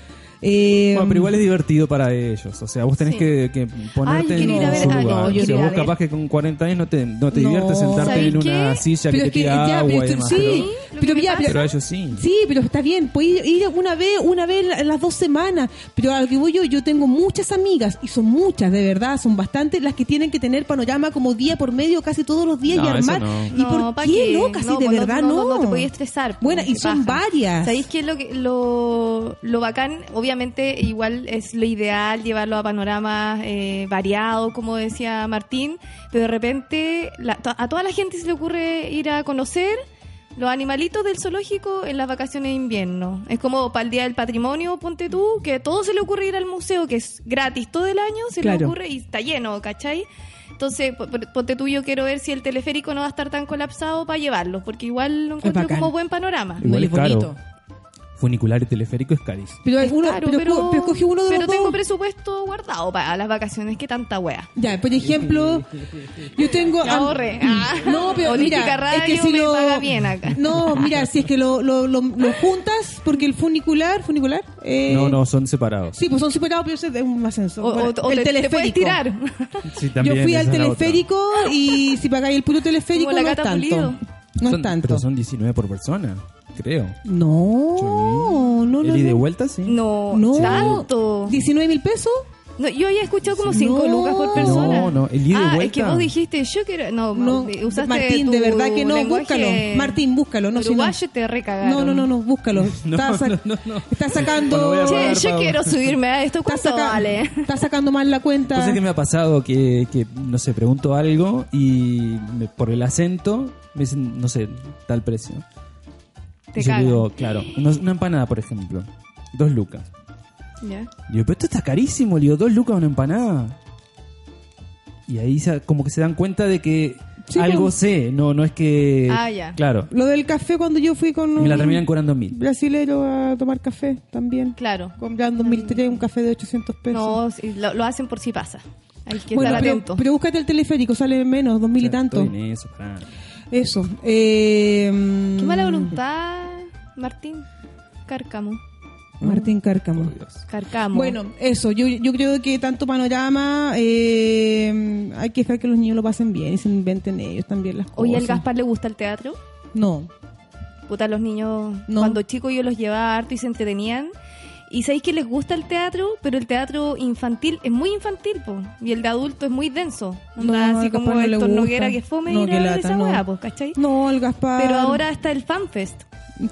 Speaker 2: Eh,
Speaker 4: Bueno, pero igual es divertido para ellos. O sea, vos tenés
Speaker 3: Sí.
Speaker 4: que, que ponerte
Speaker 3: quiero
Speaker 4: en
Speaker 2: ir a ver-
Speaker 4: su
Speaker 2: ah, no,
Speaker 4: lugar.
Speaker 2: yo
Speaker 4: o sea,
Speaker 2: quiero
Speaker 4: vos
Speaker 3: ver.
Speaker 4: capaz que con 40 años no te, no te
Speaker 2: No.
Speaker 4: diviertes sentarte
Speaker 3: ¿Sabéis
Speaker 4: en una
Speaker 3: qué?
Speaker 4: silla
Speaker 2: Pero
Speaker 4: que
Speaker 2: es
Speaker 4: te
Speaker 2: que
Speaker 4: tira
Speaker 2: ya,
Speaker 4: agua
Speaker 2: pero
Speaker 4: y
Speaker 2: tú-
Speaker 4: demás.
Speaker 2: sí,
Speaker 3: Lo que
Speaker 2: pero
Speaker 3: me
Speaker 2: ya,
Speaker 4: Pero,
Speaker 3: pasa-
Speaker 2: pero-
Speaker 4: pero a ellos sí.
Speaker 2: Sí, pero está bien, puede ir, ir una vez, una vez la- las dos semanas, pero a lo que voy yo, yo tengo muchas amigas, y son muchas, de verdad, son bastantes las que tienen que tener panorama como día por medio casi todos los días
Speaker 4: No,
Speaker 2: y
Speaker 4: eso
Speaker 2: armar.
Speaker 4: no.
Speaker 2: ¿Y por
Speaker 3: ¿pa'
Speaker 2: qué no? Casi de
Speaker 3: pues
Speaker 2: verdad no.
Speaker 3: No, te podías estresar. pues,
Speaker 2: Bueno, y
Speaker 3: qué
Speaker 2: son
Speaker 3: paja.
Speaker 2: varias.
Speaker 3: ¿Sabéis qué es lo, que, lo, lo bacán? Obviamente, igual es lo ideal llevarlo a panoramas eh, variados, como decía Martín, pero de repente la- to- a toda la gente se le ocurre ir a conocer los animalitos del zoológico en las vacaciones de invierno. Es como para el Día del Patrimonio, ponte tú, que todo se le ocurre ir al museo, que es gratis todo el año, se le
Speaker 2: Claro.
Speaker 3: ocurre y está lleno, ¿cachai? Entonces, po- po- ponte tú, yo quiero ver si el teleférico no va a estar tan colapsado para llevarlos, porque igual lo encuentro
Speaker 2: bacán.
Speaker 3: como buen panorama.
Speaker 4: Igual es caro. funicular y teleférico es carísimo.
Speaker 2: Pero,
Speaker 3: Es
Speaker 2: uno,
Speaker 3: caro,
Speaker 2: pero, esco- pero escoge uno de
Speaker 3: pero
Speaker 2: los
Speaker 3: tengo
Speaker 2: dos.
Speaker 3: presupuesto guardado para las vacaciones. Qué tanta wea.
Speaker 2: Ya, por ejemplo, yo tengo...
Speaker 3: <laughs> Que
Speaker 2: am-
Speaker 3: ahorre. Ah.
Speaker 2: <laughs> No, pero
Speaker 3: Holística
Speaker 2: mira,
Speaker 3: Radio
Speaker 2: es que si
Speaker 3: me
Speaker 2: lo...
Speaker 3: paga bien acá.
Speaker 2: No, mira, si es que lo, lo, lo, lo juntas, porque el funicular... ¿Funicular? Eh,
Speaker 4: No, no, son separados.
Speaker 2: Sí, pues son separados, pero eso es un ascenso.
Speaker 3: O,
Speaker 2: Bueno,
Speaker 3: o- o te, te
Speaker 2: <laughs>
Speaker 3: puedes tirar.
Speaker 4: Sí, también,
Speaker 2: Yo fui al
Speaker 4: esa es la otra.
Speaker 2: teleférico
Speaker 3: <laughs>
Speaker 2: y si pagáis el puro teleférico
Speaker 3: Como la
Speaker 2: no es
Speaker 3: Cata
Speaker 2: tanto.
Speaker 3: Pulido.
Speaker 2: No
Speaker 4: Son-
Speaker 2: es tanto.
Speaker 4: Pero son 19 por persona, creo.
Speaker 2: No,
Speaker 4: Sí.
Speaker 2: Oh, no,
Speaker 4: El
Speaker 2: no.
Speaker 4: ida y de
Speaker 2: no.
Speaker 4: vuelta, sí.
Speaker 3: No,
Speaker 2: No.
Speaker 3: tanto.
Speaker 2: 19 mil pesos.
Speaker 3: No, yo había escuchado como 5
Speaker 2: No.
Speaker 3: lucas por persona.
Speaker 4: No, no, el ida y
Speaker 3: ah, es
Speaker 4: vuelta.
Speaker 3: que vos dijiste, yo quiero. No,
Speaker 2: No,
Speaker 3: Mau, usaste
Speaker 2: Martín,
Speaker 3: tu
Speaker 2: de verdad que no,
Speaker 3: lenguaje
Speaker 2: búscalo. Martín, búscalo. No, si no.
Speaker 3: uruguayo te recagaron.
Speaker 2: No, no, no, no, búscalo.
Speaker 4: <laughs> No,
Speaker 2: está, sac-
Speaker 4: no, no, no.
Speaker 2: está
Speaker 4: No
Speaker 2: sacando.
Speaker 4: voy a
Speaker 3: Che,
Speaker 4: pagar,
Speaker 3: yo
Speaker 4: Pau.
Speaker 3: quiero subirme
Speaker 2: <laughs>
Speaker 3: a esto.
Speaker 2: está,
Speaker 3: ¿Cuánto
Speaker 2: saca-
Speaker 3: vale?
Speaker 2: está sacando mal la cuenta.
Speaker 4: Cosa que me ha pasado que, que, no sé, pregunto algo y me- por el acento me dicen, no sé, tal precio.
Speaker 3: Te
Speaker 4: y yo
Speaker 3: cagan.
Speaker 4: digo, claro, una, una empanada, por ejemplo, dos lucas.
Speaker 3: Ya.
Speaker 4: Le digo, pero esto está carísimo, le digo, dos lucas una empanada. Y ahí se- como que se dan cuenta de que
Speaker 2: Sí,
Speaker 4: algo
Speaker 2: no.
Speaker 4: sé, no, no es que...
Speaker 3: Ah, ya.
Speaker 4: Claro,
Speaker 2: Lo del café cuando yo fui con
Speaker 4: y
Speaker 2: un
Speaker 4: me la terminan cobrando en mil.
Speaker 2: brasilero a tomar café también.
Speaker 3: Claro. Mm.
Speaker 2: Comprando en 2003 un café de 800 pesos.
Speaker 3: No, sí, lo, lo hacen por si pasa. Hay que
Speaker 2: bueno,
Speaker 3: estar
Speaker 2: pero,
Speaker 3: atento.
Speaker 2: pero búscate el teleférico, sale menos, 2000 y tanto.
Speaker 4: Estoy en eso, pará.
Speaker 2: Eso. Eh,
Speaker 3: Qué mala voluntad, Martín. Cárcamo.
Speaker 2: Martín Cárcamo.
Speaker 3: Carcamo.
Speaker 2: Bueno, eso, yo, yo creo que tanto panorama, eh, hay que dejar que los niños lo pasen bien y se inventen ellos también las cosas.
Speaker 3: Oye, ¿al Gaspar le gusta el teatro?
Speaker 2: No.
Speaker 3: Puta, los niños,
Speaker 2: No.
Speaker 3: cuando chicos yo los llevaba harto y se entretenían. Y sabéis que les gusta el teatro, pero el teatro infantil es muy infantil, po. Y el de adulto es muy denso. Onda,
Speaker 2: No,
Speaker 3: así
Speaker 2: al Gaspar
Speaker 3: como
Speaker 2: no le
Speaker 3: el tornoguera
Speaker 2: gusta.
Speaker 3: que fome
Speaker 2: No,
Speaker 3: ir
Speaker 2: qué
Speaker 3: a ver
Speaker 2: lata,
Speaker 3: esa
Speaker 2: no.
Speaker 3: weá, pues, ¿cachai?
Speaker 2: No, ah. el Gaspar.
Speaker 3: Pero ahora está el fanfest.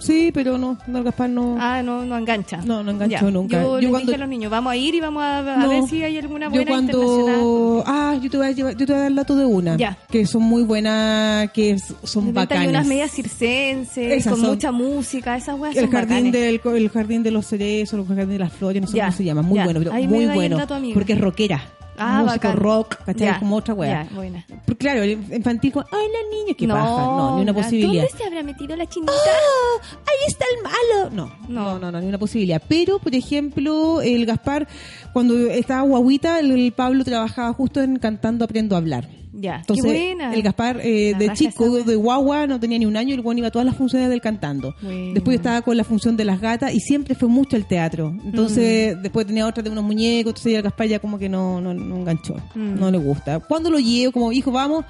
Speaker 2: Sí, pero no, no, el Gaspar no.
Speaker 3: Ah, no, no engancha.
Speaker 2: No, no enganchó nunca.
Speaker 3: Yo,
Speaker 2: Yo
Speaker 3: les
Speaker 2: cuando-
Speaker 3: dije a los niños, vamos a ir y vamos a, a
Speaker 2: No.
Speaker 3: ver si hay alguna buena
Speaker 2: yo cuando
Speaker 3: internacional.
Speaker 2: ah yo te voy a llevar, yo te voy a dar el dato de una
Speaker 3: Ya.
Speaker 2: que son muy buenas que es- son
Speaker 3: Inventan
Speaker 2: bacanas
Speaker 3: unas medias circenses,
Speaker 2: Esas
Speaker 3: con
Speaker 2: son-
Speaker 3: mucha música, esas weas
Speaker 2: el
Speaker 3: son
Speaker 2: jardín
Speaker 3: bacanes.
Speaker 2: del co- el jardín de los cerezos el jardín de las flores no sé
Speaker 3: Ya,
Speaker 2: cómo se llama muy
Speaker 3: ya.
Speaker 2: bueno pero
Speaker 3: Ahí me
Speaker 2: muy
Speaker 3: da ahí el
Speaker 2: bueno
Speaker 3: dato, amiga.
Speaker 2: porque es rockera
Speaker 3: Ah,
Speaker 2: músico
Speaker 3: bacán.
Speaker 2: rock ¿cachai?
Speaker 3: Ya,
Speaker 2: como otra wea
Speaker 3: ya, buena.
Speaker 2: Pero claro el infantil como, ay la niña qué paja no ni una
Speaker 3: la-
Speaker 2: posibilidad
Speaker 3: ¿Dónde se habrá metido la chinita?
Speaker 2: ¡Ah! ahí está el malo no
Speaker 3: No.
Speaker 2: no no no ni una posibilidad pero por ejemplo el Gaspar cuando estaba guaguita el, el Pablo trabajaba justo en cantando aprendo a hablar
Speaker 3: Ya,
Speaker 2: entonces,
Speaker 3: qué buena.
Speaker 2: el Gaspar eh,
Speaker 3: La
Speaker 2: de
Speaker 3: raja
Speaker 2: chico,
Speaker 3: esa,
Speaker 2: de guagua, no tenía ni un año, el guan iba a todas las funciones del cantando.
Speaker 3: Buena.
Speaker 2: Después estaba con la función de las gatas y siempre fue mucho el teatro.
Speaker 3: Mm.
Speaker 2: Entonces, después tenía otra de unos muñecos, entonces ya el Gaspar ya como que no, no, no enganchó,
Speaker 3: Mm.
Speaker 2: no le gusta. Cuando lo llevo, como hijo, vamos,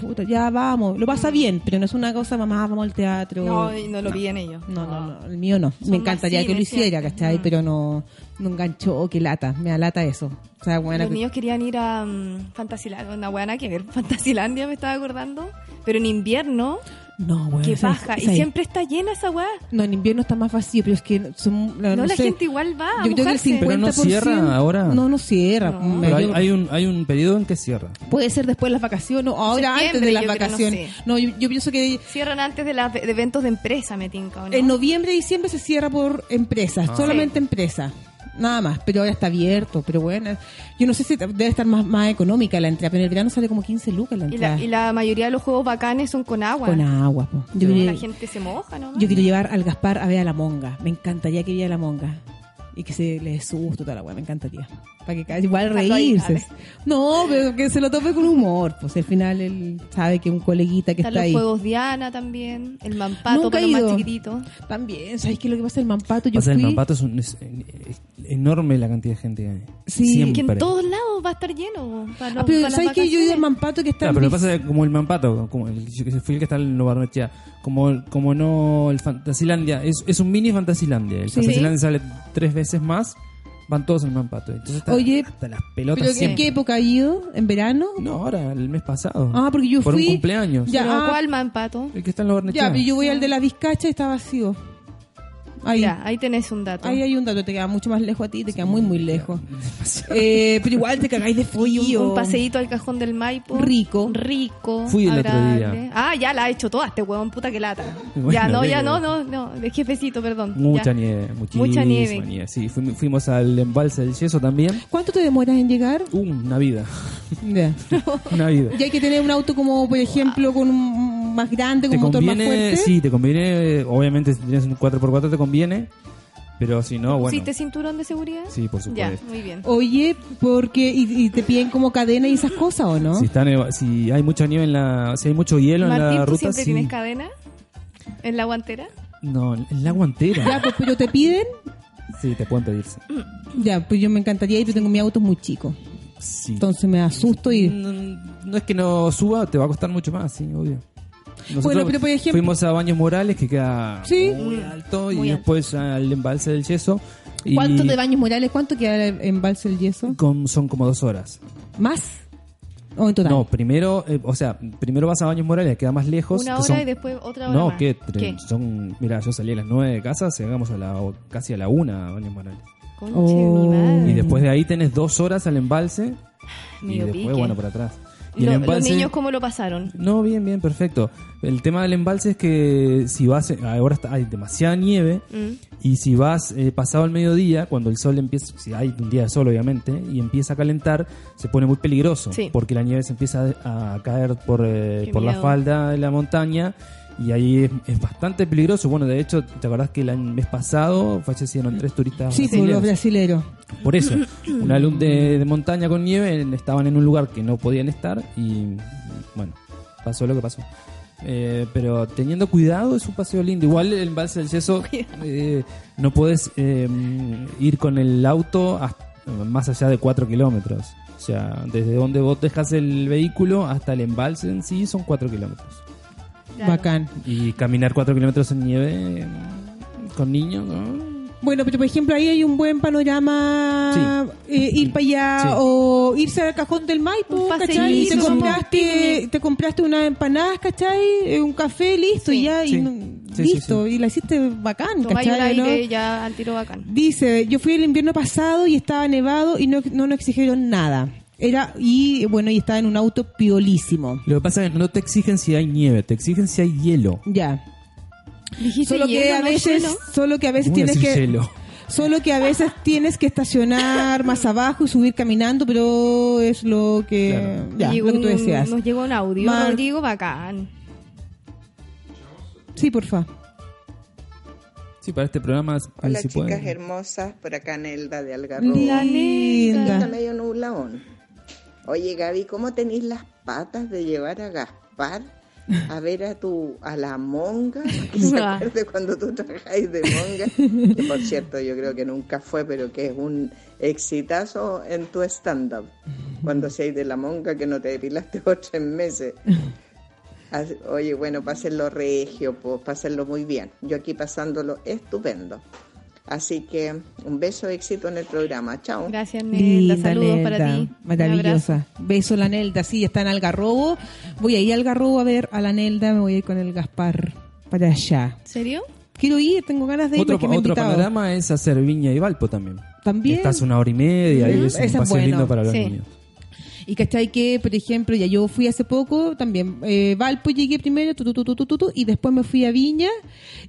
Speaker 2: puta, ya vamos, lo pasa bien, pero no es una cosa, mamá, vamos al teatro.
Speaker 3: Mm. No, y no lo piden ellos.
Speaker 2: No, no, no, el mío no.
Speaker 3: Son
Speaker 2: me encantaría
Speaker 3: más
Speaker 2: que lo
Speaker 3: ciber,
Speaker 2: hiciera,
Speaker 3: ¿cierto?
Speaker 2: ¿cachai?
Speaker 3: Mm.
Speaker 2: Pero no, no enganchó, qué lata, me alata eso. O sea, bueno,
Speaker 3: Los niños querían ir a mm, Fantasilandia, una buena que ver <laughs> Fantasilandia me estaba acordando, pero en invierno,
Speaker 2: no, bueno,
Speaker 3: qué
Speaker 2: esa-
Speaker 3: paja, y
Speaker 2: esa-
Speaker 3: siempre está llena esa weá.
Speaker 2: No, en invierno está más vacío, pero es que son,
Speaker 3: No,
Speaker 2: no,
Speaker 3: la
Speaker 2: sé.
Speaker 3: gente igual va a
Speaker 2: Yo creo que el
Speaker 3: mojarse.
Speaker 2: 50%.
Speaker 4: Pero no cierra ahora.
Speaker 2: No, no cierra.
Speaker 3: No.
Speaker 2: Me-
Speaker 4: Pero hay,
Speaker 2: yo-
Speaker 4: hay un, hay un periodo en que cierra.
Speaker 2: Puede ser después de las vacaciones o ahora antes
Speaker 3: Septiembre,
Speaker 2: de las
Speaker 3: yo creo, no
Speaker 2: vacaciones.
Speaker 3: sé.
Speaker 2: No, yo, yo pienso que
Speaker 3: Cierran antes de, las- de eventos de empresa, me tinca, ¿o no?
Speaker 2: en noviembre y diciembre se cierra por empresas,
Speaker 4: Ah.
Speaker 2: solamente empresas. Nada más, pero ahora está abierto, pero bueno. Yo no sé si debe estar más, más económica la entrada, pero en el verano sale como 15 lucas la
Speaker 3: y, la,
Speaker 2: entrada.
Speaker 3: y la mayoría de los juegos bacanes son con agua.
Speaker 2: Con agua, po. Yo,
Speaker 3: No,
Speaker 2: creo-
Speaker 3: la gente se moja, ¿no?
Speaker 2: yo quiero llevar al Gaspar a ver a la monga. Me encantaría que viera a la monga. Y que se le dé susto toda la weá, me encantaría. Para que cada igual
Speaker 3: Déjalo ahí,
Speaker 2: reírse.
Speaker 3: dale.
Speaker 2: No, pero que se lo tope con humor. Pues al final él sabe que un coleguita que
Speaker 3: Están
Speaker 2: está
Speaker 3: los
Speaker 2: ahí.
Speaker 3: juegos Diana también, el mampato
Speaker 2: Nunca
Speaker 3: para
Speaker 2: he
Speaker 3: los más
Speaker 2: ido.
Speaker 3: chiquititos.
Speaker 2: También, ¿sabes qué es lo que pasa? El mampato, yo
Speaker 4: O sea, el
Speaker 2: fui-
Speaker 3: Ah,
Speaker 4: Mampato es, un- es en- es enorme la cantidad de gente que hay.
Speaker 2: Sí,
Speaker 3: Que
Speaker 4: Siempre.
Speaker 3: en todos lados va a estar lleno. Para los,
Speaker 2: Ah, pero
Speaker 3: para las
Speaker 2: ¿sabes qué? Yo he ido al
Speaker 3: vacaciones.
Speaker 2: mampato que está
Speaker 4: Claro,
Speaker 2: en
Speaker 4: pero lo que
Speaker 2: Vis-
Speaker 4: pasa es que como el Mampato, como el, yo que sé, fui el que está en Novarnechea, como, como no el Fantasilandia, es, es un mini Fantasilandia. El
Speaker 2: Sí.
Speaker 4: Fantasilandia sale tres veces más, van todos al Mampato. Entonces está
Speaker 2: Oye,
Speaker 4: hasta las
Speaker 2: ¿Pero
Speaker 4: pelotas
Speaker 2: en
Speaker 4: siempre.
Speaker 2: qué época ha ido? ¿En verano?
Speaker 4: No, ahora, el mes pasado.
Speaker 2: Ah, porque yo
Speaker 4: Por
Speaker 2: fui-
Speaker 4: un cumpleaños.
Speaker 2: Ya,
Speaker 3: Pero
Speaker 2: ah,
Speaker 3: ¿cuál mampato?
Speaker 4: El que está en Novarnechea.
Speaker 2: Ya, pero yo voy al de la Vizcacha y está vacío. Ahí.
Speaker 3: Ya, ahí tenés un dato.
Speaker 2: Ahí hay un dato, te queda mucho más lejos a ti, te queda muy,
Speaker 4: <laughs>
Speaker 2: muy lejos. Eh, pero igual te cagáis de frío.
Speaker 3: Y un, un paseíto al cajón del Maipo.
Speaker 2: Rico.
Speaker 3: Rico.
Speaker 4: Fui el otro
Speaker 3: agradable.
Speaker 4: día.
Speaker 3: Ah, ya la ha hecho toda este huevón, puta que
Speaker 4: <laughs>
Speaker 3: lata.
Speaker 4: Bueno,
Speaker 3: ya, no,
Speaker 4: de-
Speaker 3: ya, no, no, no. De jefecito, perdón.
Speaker 4: Mucha
Speaker 3: Ya.
Speaker 4: nieve, muchísima
Speaker 3: Mucha nieve.
Speaker 4: Sí, fuimos, fuimos al embalse del yeso también.
Speaker 2: ¿Cuánto te demoras en llegar?
Speaker 4: Uh, una vida. <laughs>
Speaker 2: Ya. <laughs>
Speaker 4: una vida.
Speaker 2: Y hay que tener un auto como, por ejemplo, con un, más grande,
Speaker 4: te
Speaker 2: con un motor más
Speaker 4: conviene,
Speaker 2: fuerte.
Speaker 4: sí, te conviene, eh, obviamente si tienes un 4x4 te conviene, pero si no, bueno.
Speaker 3: ¿Pusiste cinturón de seguridad?
Speaker 4: Sí, por supuesto.
Speaker 3: Ya, muy bien.
Speaker 2: Oye, porque y, y te piden como cadena y esas cosas o no?
Speaker 4: Si, está neva- si hay mucha nieve en la, si hay mucho hielo en
Speaker 3: Martín,
Speaker 4: la
Speaker 3: ¿tú
Speaker 4: ruta,
Speaker 3: siempre
Speaker 4: sí.
Speaker 3: tienes cadena? ¿En la guantera?
Speaker 4: No, en la guantera.
Speaker 2: Ya, pues, pero te piden.
Speaker 4: Sí, te pueden pedir. sí.
Speaker 2: Ya, pues yo me encantaría ir, pero tengo mi auto muy chico.
Speaker 4: Sí. Mm,
Speaker 2: Entonces me asusto y
Speaker 4: No, no es que no suba, te va a costar mucho más, sí, obvio. Nosotros
Speaker 2: Bueno, pero por ejemplo-
Speaker 4: fuimos a Baños Morales, que queda
Speaker 2: Sí.
Speaker 4: muy alto, y
Speaker 3: Muy alto.
Speaker 4: después al embalse del yeso. y
Speaker 2: ¿Cuánto de baños morales? ¿Cuánto queda en embalse el yeso?
Speaker 4: con- son como dos horas.
Speaker 2: ¿Más? ¿O en total?
Speaker 4: No, primero, eh, o sea, primero vas a Baños Morales, queda más lejos.
Speaker 3: Una
Speaker 4: que
Speaker 3: hora
Speaker 4: son-
Speaker 3: y después otra hora
Speaker 4: No,
Speaker 3: más.
Speaker 4: que son, mira, yo salí a las nueve de casa, llegamos a la, casi a la una a Baños Morales.
Speaker 3: Conche
Speaker 2: Oh.
Speaker 3: mi
Speaker 4: Y
Speaker 3: madre.
Speaker 4: después de ahí tenés dos horas al embalse y
Speaker 3: Medio
Speaker 4: después,
Speaker 3: pique.
Speaker 4: bueno, para atrás. Y
Speaker 3: Lo-
Speaker 4: el
Speaker 3: ¿Los
Speaker 4: embalse-
Speaker 3: niños cómo lo pasaron?
Speaker 4: No, bien, bien, perfecto. El tema del embalse es que si vas, eh, ahora está- hay demasiada nieve
Speaker 3: Mm.
Speaker 4: y si vas eh, pasado el mediodía, cuando el sol empieza, si hay un día de sol obviamente, y empieza a calentar, se pone muy peligroso
Speaker 3: Sí.
Speaker 4: porque la nieve se empieza a, a caer por, eh,
Speaker 3: Qué
Speaker 4: por la
Speaker 3: miedo.
Speaker 4: falda de la montaña y ahí es, es bastante peligroso. Bueno, de hecho, ¿te acordás que el año- mes pasado
Speaker 3: Mm.
Speaker 4: fallecieron tres turistas
Speaker 2: Sí, por
Speaker 4: brasileños?
Speaker 2: los brasileros.
Speaker 4: Por eso, una luz de, de montaña con nieve en- estaban en un lugar que no podían estar y bueno, pasó lo que pasó. Eh, pero teniendo cuidado es un paseo lindo. Igual el embalse del yeso eh, no puedes eh, ir con el auto hasta- más allá de 4 kilómetros. O sea, desde donde vos dejas el vehículo hasta el embalse en sí son 4 kilómetros.
Speaker 2: Bacán.
Speaker 4: Y caminar 4 kilómetros en nieve eh, con niños, ¿no?
Speaker 2: Bueno, pero por ejemplo ahí hay un buen panorama, eh, ir para allá
Speaker 4: Sí.
Speaker 2: o irse al cajón del Maipo,
Speaker 3: Un pues,
Speaker 2: ¿cachai? Y
Speaker 3: paseíto,
Speaker 2: te
Speaker 3: como
Speaker 2: compraste,
Speaker 3: picnic.
Speaker 2: te compraste unas empanadas, ¿cachai? Eh, Un café, listo,
Speaker 3: Sí.
Speaker 2: y ya, y
Speaker 4: Sí.
Speaker 2: no-
Speaker 4: Sí, sí,
Speaker 2: listo, y la hiciste bacán,
Speaker 3: Tomáis un
Speaker 2: ¿cachai? ¿no?
Speaker 3: aire ya al tiro bacán.
Speaker 2: Dice, yo fui el invierno pasado y estaba nevado y no, no nos exigieron nada. Era, y bueno, y estaba en un auto piolísimo.
Speaker 4: Lo que pasa es que no te exigen si hay nieve, te exigen si hay hielo.
Speaker 2: Ya.
Speaker 3: Dijiste
Speaker 2: Solo que
Speaker 3: hielo,
Speaker 2: a
Speaker 3: no
Speaker 2: veces,
Speaker 3: hielo.
Speaker 2: solo que a veces
Speaker 4: ¿Cómo
Speaker 2: tienes
Speaker 4: decir
Speaker 2: Pues que
Speaker 4: hielo?
Speaker 2: Solo que a veces tienes que estacionar más abajo y subir caminando, pero es lo que,
Speaker 4: Claro.
Speaker 2: ya,
Speaker 3: Llegó
Speaker 2: lo que tú
Speaker 3: un-
Speaker 2: deseas.
Speaker 3: Nos llegó un audio,
Speaker 2: Mar-
Speaker 3: Rodrigo, bacán.
Speaker 2: Sí, porfa.
Speaker 4: Sí, para este programa, a ver
Speaker 5: Hola
Speaker 4: si
Speaker 5: chicas
Speaker 4: pueden.
Speaker 5: hermosas, por acá Nelda de Algarrobo.
Speaker 3: La neta.
Speaker 5: Está
Speaker 2: Linda.
Speaker 5: medio nublaón. Oye Gaby, ¿cómo tenéis las patas de llevar a Gaspar a ver a tu, a la monga? ¿Se
Speaker 3: Ah.
Speaker 5: acuerdas cuando tú trabajáis de monga? Que, por cierto, yo creo que nunca fue, pero que es un exitazo en tu stand-up. Cuando seáis de la monga que no te depilaste por tres meses. Así- Oye, bueno, pásenlo regio, pues pásenlo muy bien. Yo aquí pasándolo estupendo. Así que un beso, éxito en el programa. Chao.
Speaker 3: Gracias, Nelda. Saludos para
Speaker 2: Nelda.
Speaker 3: ti. Un abrazo.
Speaker 2: Maravillosa. Beso la Nelda, sí, está en Algarrobo. Voy a ir a Algarrobo a ver a la Nelda, me voy a ir con el Gaspar para allá.
Speaker 3: ¿En serio?
Speaker 2: Quiero ir, tengo ganas de ir
Speaker 4: Otro,
Speaker 2: porque me ha
Speaker 4: otro
Speaker 2: invitado.
Speaker 4: panorama es hacer Viña y Valpo también.
Speaker 2: También.
Speaker 4: Estás una hora y media
Speaker 2: Ujú.
Speaker 4: y es un
Speaker 2: Ese es
Speaker 4: paseo
Speaker 2: bueno.
Speaker 4: lindo para los
Speaker 3: Sí.
Speaker 4: niños.
Speaker 2: Y cachai que, por ejemplo, ya yo fui hace poco también, eh, Valpo llegué primero, tu, tu, tu, tu, tu, tu, tu, y después me fui a Viña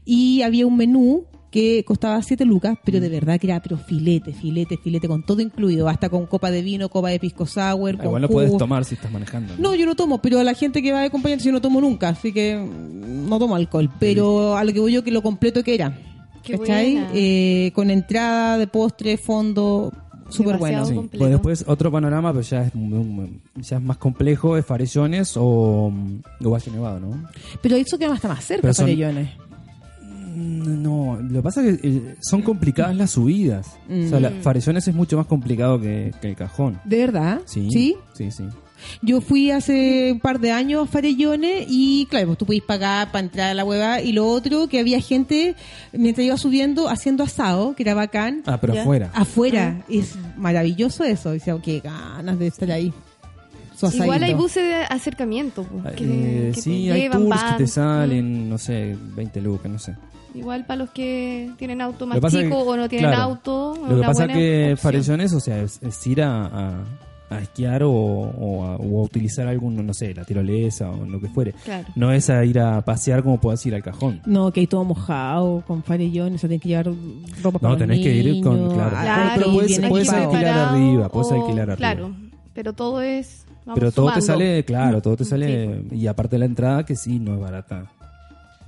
Speaker 2: y había un menú que costaba 7 lucas, pero
Speaker 4: Mm.
Speaker 2: de verdad que era pero filete, filete, filete, con todo incluido, hasta con copa de vino, copa de pisco sour.
Speaker 4: Ah,
Speaker 2: con
Speaker 4: igual lo puedes
Speaker 2: jugo.
Speaker 4: tomar si estás manejando.
Speaker 2: No, yo no tomo, pero a la gente que va de acompañante yo no tomo nunca, así que mm, no tomo alcohol. Pero a lo que voy yo, que lo completo que era.
Speaker 3: Qué
Speaker 2: ¿Cachai?
Speaker 3: buena.
Speaker 2: Eh, con entrada, de postre, fondo, súper bueno.
Speaker 3: Demasiado
Speaker 4: Sí.
Speaker 3: completo.
Speaker 4: Bueno, después otro panorama, pero ya es, un- un- ya es más complejo, es Farellones o, mm, o Valle Nevado, ¿no?
Speaker 2: Pero eso queda hasta más cerca,
Speaker 4: Pero son-
Speaker 2: pabellones.
Speaker 4: Mm, No, lo que pasa es que eh, son complicadas las subidas. O sea, la-
Speaker 2: Mm.
Speaker 4: Farellones es mucho más complicado que, que el cajón.
Speaker 2: ¿De verdad?
Speaker 4: Sí, sí, sí.
Speaker 2: Yo fui hace un par de años a Farellones y, claro, pues tú podías pagar para entrar a la hueva. Y lo otro, que había gente, mientras iba subiendo, haciendo asado, que era bacán.
Speaker 4: Ah, pero afuera.
Speaker 2: Afuera. Es maravilloso eso. Dice, oh, qué ganas de estar ahí. Su asadito.
Speaker 3: Igual hay buses de acercamiento. po, que-
Speaker 4: Eh,
Speaker 3: que te
Speaker 4: sí, hay
Speaker 3: llevan,
Speaker 4: tours
Speaker 3: van.
Speaker 4: que te salen, no sé, 20 lucas, no sé.
Speaker 3: Igual para los que tienen auto
Speaker 4: Lo
Speaker 3: más
Speaker 4: que pasa
Speaker 3: chico
Speaker 4: que-
Speaker 3: o no tienen
Speaker 4: claro,
Speaker 3: auto. es
Speaker 4: Lo que
Speaker 3: una
Speaker 4: pasa
Speaker 3: buena
Speaker 4: que
Speaker 3: opción.
Speaker 4: Farellones, o sea, es, es ir a, a- a esquiar o, o a, o a utilizar algún, no sé, la tirolesa o lo que fuere.
Speaker 3: Claro.
Speaker 4: No es a ir a pasear como puedas ir al cajón.
Speaker 2: No, que hay todo mojado, con farellones, o sea, tenés que llevar ropa para
Speaker 4: No, tenés que ir con-
Speaker 2: niños,
Speaker 4: claro.
Speaker 2: ah,
Speaker 4: Claro,
Speaker 2: pero
Speaker 4: puedes-
Speaker 2: viene
Speaker 4: puedes
Speaker 2: equipado.
Speaker 4: alquilar
Speaker 3: preparado
Speaker 4: arriba, puedes alquilar arriba.
Speaker 3: Claro, pero todo es Vamos
Speaker 4: Pero todo te
Speaker 3: sumando.
Speaker 4: sale, claro, todo te sale. Y aparte la entrada, que sí, no es barata.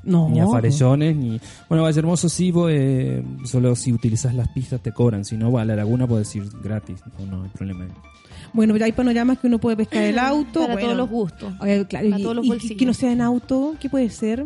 Speaker 2: No.
Speaker 3: Oh.
Speaker 4: Ni a farellones, ni. Bueno, Valle Hermoso sí, vos, eh, solo si utilizas las pistas te cobran. Si no, va a la laguna puedes ir gratis. No, no hay problema.
Speaker 2: Bueno, pero hay panoramas que uno puede pescar el auto.
Speaker 3: Para
Speaker 2: bueno.
Speaker 3: todos los gustos.
Speaker 2: Eh, claro,
Speaker 3: Para
Speaker 2: y-
Speaker 3: todos los
Speaker 2: y
Speaker 3: bolsillos.
Speaker 2: que no sea en auto, ¿qué puede ser?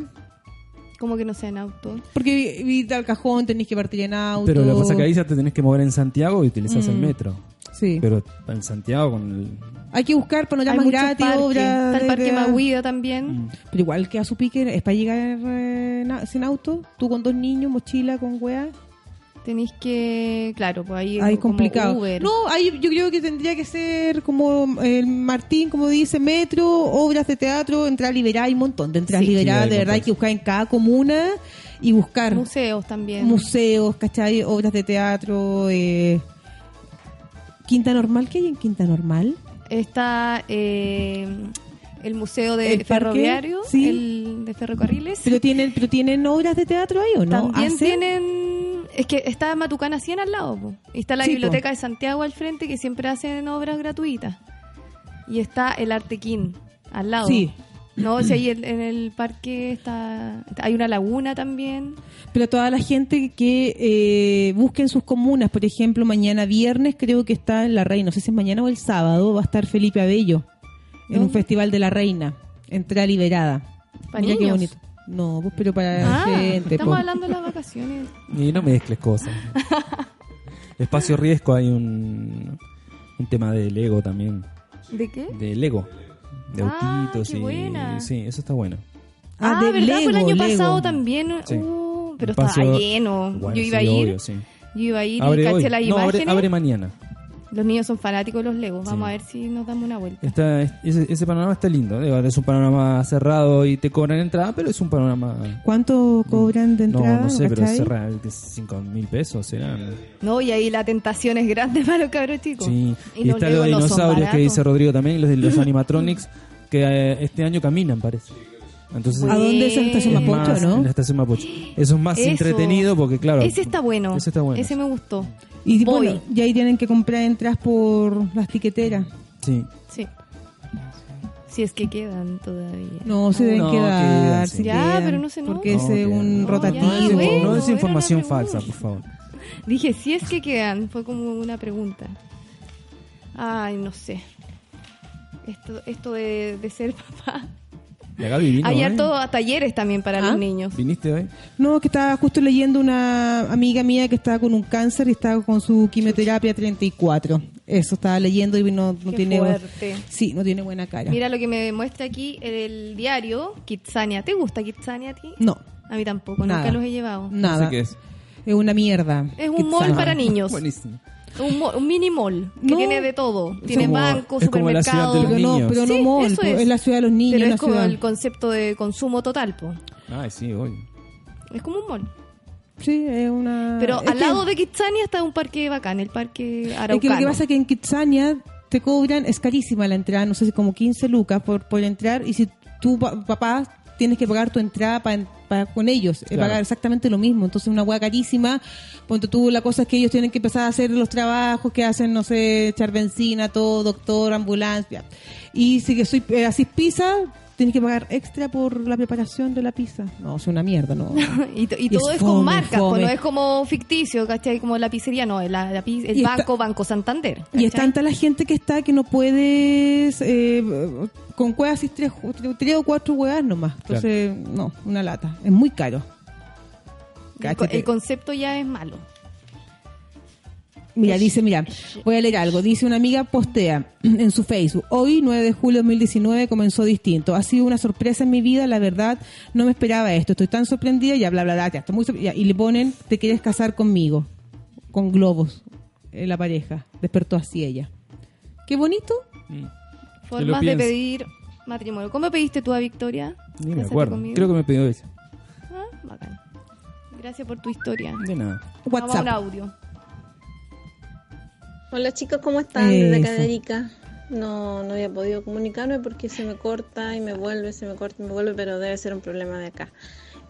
Speaker 3: Como que no sea en auto.
Speaker 2: Porque evita el cajón, tenés que partir en auto.
Speaker 4: Pero lo que pasa es que ahí ya te tenés que mover en Santiago y utilizas el
Speaker 3: Mm.
Speaker 4: metro.
Speaker 2: Sí.
Speaker 4: Pero en Santiago con el.
Speaker 2: Hay que buscar
Speaker 3: Hay
Speaker 2: panoramas
Speaker 3: muchos
Speaker 2: gratis,
Speaker 3: parques.
Speaker 2: obras.
Speaker 3: Está el
Speaker 2: de-
Speaker 3: Parque
Speaker 2: de-
Speaker 3: Maguida también.
Speaker 4: Mm.
Speaker 2: Pero igual que a su pique, es para llegar eh, en a- sin auto, tú con dos niños, mochila, con weá.
Speaker 3: Tenéis que... Claro, pues ahí,
Speaker 2: Ahí
Speaker 3: como
Speaker 2: complicado.
Speaker 3: Uber.
Speaker 2: No, ahí yo creo que tendría que ser como eh, el Martín, como dice, metro, obras de teatro, entrar liberada, hay un montón de entrar
Speaker 4: Sí. Sí,
Speaker 2: liberada,
Speaker 4: hay
Speaker 2: de verdad hay
Speaker 4: montones.
Speaker 2: que buscar en cada comuna y buscar
Speaker 3: Museos también.
Speaker 2: museos, ¿cachai? Obras de teatro. eh. Quinta Normal, ¿qué hay en Quinta Normal?
Speaker 3: Está eh, el Museo
Speaker 2: ¿El parque?
Speaker 3: de Ferroviario,
Speaker 2: Sí.
Speaker 3: el de Ferrocarriles.
Speaker 2: Pero tienen, pero tienen obras de teatro ahí o no? ¿Ah,
Speaker 3: También
Speaker 2: ¿Hacen?
Speaker 3: tienen... Es que está Matucana 100 al lado. po. Y está la
Speaker 2: Sí, po.
Speaker 3: Biblioteca de Santiago al frente que siempre hacen obras gratuitas. Y está el Artequín al lado.
Speaker 2: Sí.
Speaker 3: No, si ahí en, en el parque está hay una laguna también.
Speaker 2: Pero toda la gente que eh, busque en sus comunas, por ejemplo, mañana viernes creo que está en La Reina, no sé si es mañana o el sábado, va a estar Felipe Abello en un
Speaker 3: ¿Dónde?
Speaker 2: festival de La Reina, entrada liberada.
Speaker 3: ¿Para
Speaker 2: Mira qué
Speaker 3: niños?
Speaker 2: bonito. No, pues, pero para
Speaker 3: Ah,
Speaker 2: gente.
Speaker 3: estamos
Speaker 2: po.
Speaker 3: hablando de las vacaciones.
Speaker 4: Y no mezcles
Speaker 3: <laughs>
Speaker 4: cosas. Espacio Riesgo hay un, un tema de Lego también.
Speaker 3: ¿De qué?
Speaker 4: De Lego. De
Speaker 3: Ah,
Speaker 4: autitos
Speaker 3: qué
Speaker 4: y.
Speaker 3: buena.
Speaker 4: Sí, eso está bueno.
Speaker 3: Ah,
Speaker 2: de
Speaker 3: ¿verdad? Fue el
Speaker 2: Lego,
Speaker 3: año
Speaker 2: Lego.
Speaker 3: pasado también.
Speaker 4: Sí.
Speaker 3: Uh, pero
Speaker 4: Espacio-
Speaker 3: estaba lleno.
Speaker 4: Bueno,
Speaker 3: yo iba
Speaker 4: sí,
Speaker 3: a ir.
Speaker 4: obvio, sí.
Speaker 3: Yo iba a ir y
Speaker 4: Abre hoy.
Speaker 3: caché las
Speaker 4: No, abre,
Speaker 3: imágenes.
Speaker 4: abre mañana.
Speaker 3: Los niños son fanáticos de los Legos. Vamos
Speaker 4: Sí.
Speaker 3: a ver si nos damos una vuelta.
Speaker 4: Está, ese, ese panorama está lindo. Digo, Es un panorama cerrado y te cobran entrada, pero es un panorama.
Speaker 2: ¿Cuánto cobran de entrada?
Speaker 4: No, no sé, pero
Speaker 2: ¿cachai?
Speaker 4: cerra 5 mil pesos. serán.
Speaker 3: No, y ahí la tentación es grande <laughs> para los cabros chicos.
Speaker 4: Sí. Y,
Speaker 3: los
Speaker 4: está lo de
Speaker 3: Legos no son
Speaker 4: dinosaurios que
Speaker 3: baratos.
Speaker 4: dice Rodrigo también, los de
Speaker 3: <laughs>
Speaker 4: los animatronics, que eh, este año caminan, parece. Entonces,
Speaker 2: ¿A dónde es la estación
Speaker 4: es
Speaker 2: Mapocho,
Speaker 4: más-
Speaker 2: no?
Speaker 4: en la estación Mapocho. Eso es más
Speaker 3: Eso.
Speaker 4: entretenido porque, claro.
Speaker 3: Ese está bueno.
Speaker 4: Ese está bueno.
Speaker 3: Ese me gustó.
Speaker 2: Y
Speaker 3: Voy.
Speaker 2: bueno, y ahí tienen que comprar entradas por las tiqueteras.
Speaker 4: Sí.
Speaker 3: Sí. Si es que quedan todavía.
Speaker 2: No, se deben
Speaker 4: No,
Speaker 2: quedar.
Speaker 4: quedan, sí.
Speaker 2: se
Speaker 3: Ya,
Speaker 2: quedan,
Speaker 3: pero no se nota.
Speaker 2: Porque es
Speaker 4: No,
Speaker 2: eh, un
Speaker 4: quedan.
Speaker 2: rotativo.
Speaker 4: No, es, info-
Speaker 3: bueno,
Speaker 4: no es
Speaker 3: era
Speaker 4: información
Speaker 3: una
Speaker 4: falsa, por
Speaker 3: pregunta.
Speaker 4: favor.
Speaker 3: Dije, si es que quedan, fue como una pregunta. Ay, no sé. Esto, esto de, de ser <laughs> papá.
Speaker 4: La Gaby vino,
Speaker 3: Hay
Speaker 4: ¿eh?
Speaker 3: harto talleres también para
Speaker 2: ¿Ah?
Speaker 3: los niños.
Speaker 4: ¿Viniste hoy?
Speaker 2: No, que estaba justo leyendo una amiga mía que estaba con un cáncer y estaba con su quimioterapia 34. Eso estaba leyendo y no, no
Speaker 3: Qué
Speaker 2: tiene bu-
Speaker 3: fuerte.
Speaker 2: Sí, no tiene buena cara.
Speaker 3: Mira lo que me muestra aquí el diario Kitsania. ¿Te gusta Kitsania a ti?
Speaker 2: No,
Speaker 3: A mí tampoco,
Speaker 2: Nada.
Speaker 3: nunca los he llevado.
Speaker 2: nada.
Speaker 4: No sé qué es.
Speaker 2: Es una mierda.
Speaker 3: Es un
Speaker 2: Quizá. <laughs>
Speaker 3: mall para niños.
Speaker 4: Buenísimo.
Speaker 3: Un, mo- un mini mall que
Speaker 2: No.
Speaker 3: tiene de todo. Tiene
Speaker 4: como-
Speaker 3: banco,
Speaker 4: es como la ciudad
Speaker 3: supermercado.
Speaker 4: de los
Speaker 2: Pero no,
Speaker 4: niños.
Speaker 2: pero no
Speaker 3: Sí,
Speaker 2: mall,
Speaker 3: eso
Speaker 2: po, es.
Speaker 3: es.
Speaker 2: la ciudad de los niños,
Speaker 3: Pero
Speaker 2: una
Speaker 3: es como
Speaker 2: ciudad.
Speaker 3: el concepto de consumo total, po.
Speaker 4: Ay, sí, hoy.
Speaker 3: Es como un mall.
Speaker 2: Sí, es una.
Speaker 3: Pero
Speaker 2: Ah, es
Speaker 3: al
Speaker 2: que-
Speaker 3: lado de Kitsania está un parque bacán, el parque
Speaker 2: Es que
Speaker 3: Araucano.
Speaker 2: lo que pasa es que en Kitsania te cobran, es carísima la entrada, no sé si como 15 lucas por, por entrar. Y si tú, pa- papá, tienes que pagar tu entrada pa- pa- con ellos, eh,
Speaker 4: Claro.
Speaker 2: pagar exactamente lo mismo. Entonces, una hueá carísima. Ponte tú, la cosa es que ellos tienen que empezar a hacer los trabajos que hacen, no sé, echar benzina, todo, doctor, ambulancia. Y si que soy, eh, así pizza. Tienes que pagar extra por la preparación de la pizza. No, es una mierda, ¿no?
Speaker 3: y, to- y
Speaker 2: Y
Speaker 3: todo
Speaker 2: es
Speaker 3: es, con
Speaker 2: fome,
Speaker 3: marcas, po,
Speaker 2: fome.
Speaker 3: no es como ficticio, ¿cachai? Como la pizzería, no, la- la pi- el
Speaker 2: Y está-
Speaker 3: banco, Banco Santander.
Speaker 2: Y es
Speaker 3: ¿cachai?
Speaker 2: tanta la gente que está que no puedes eh, con cuevas y tres, tres o cuatro huevas nomás. Entonces, no, una lata. Es muy caro.
Speaker 3: El co-
Speaker 2: Cáchate.
Speaker 3: el concepto ya es malo.
Speaker 2: Mira, dice, mira, voy a leer algo. Dice una amiga postea <clears throat> en su Facebook. Hoy, 9 de julio de 2019, comenzó distinto. Ha sido una sorpresa en mi vida, la verdad, no me esperaba esto. Estoy tan sorprendida, ya bla bla bla, ya, estoy muy sor- ya. y le ponen, te quieres casar conmigo, con globos, eh, la pareja. Despertó así ella. Qué bonito.
Speaker 4: Mm,
Speaker 3: Formas de
Speaker 4: piense.
Speaker 3: pedir matrimonio. ¿Cómo pediste tú a Victoria?
Speaker 4: Ni me
Speaker 3: Cásate
Speaker 4: acuerdo.
Speaker 3: conmigo.
Speaker 4: Creo que me pidió ella.
Speaker 3: Ah, bacán. Gracias por tu historia.
Speaker 4: De nada.
Speaker 3: Vamos a un
Speaker 2: WhatsApp.
Speaker 3: audio.
Speaker 6: Hola chicos, ¿cómo están? Desde acá
Speaker 2: Eso.
Speaker 6: de Arica. No, no había podido comunicarme porque se me corta y me vuelve, se me corta y me vuelve, pero debe ser un problema de acá.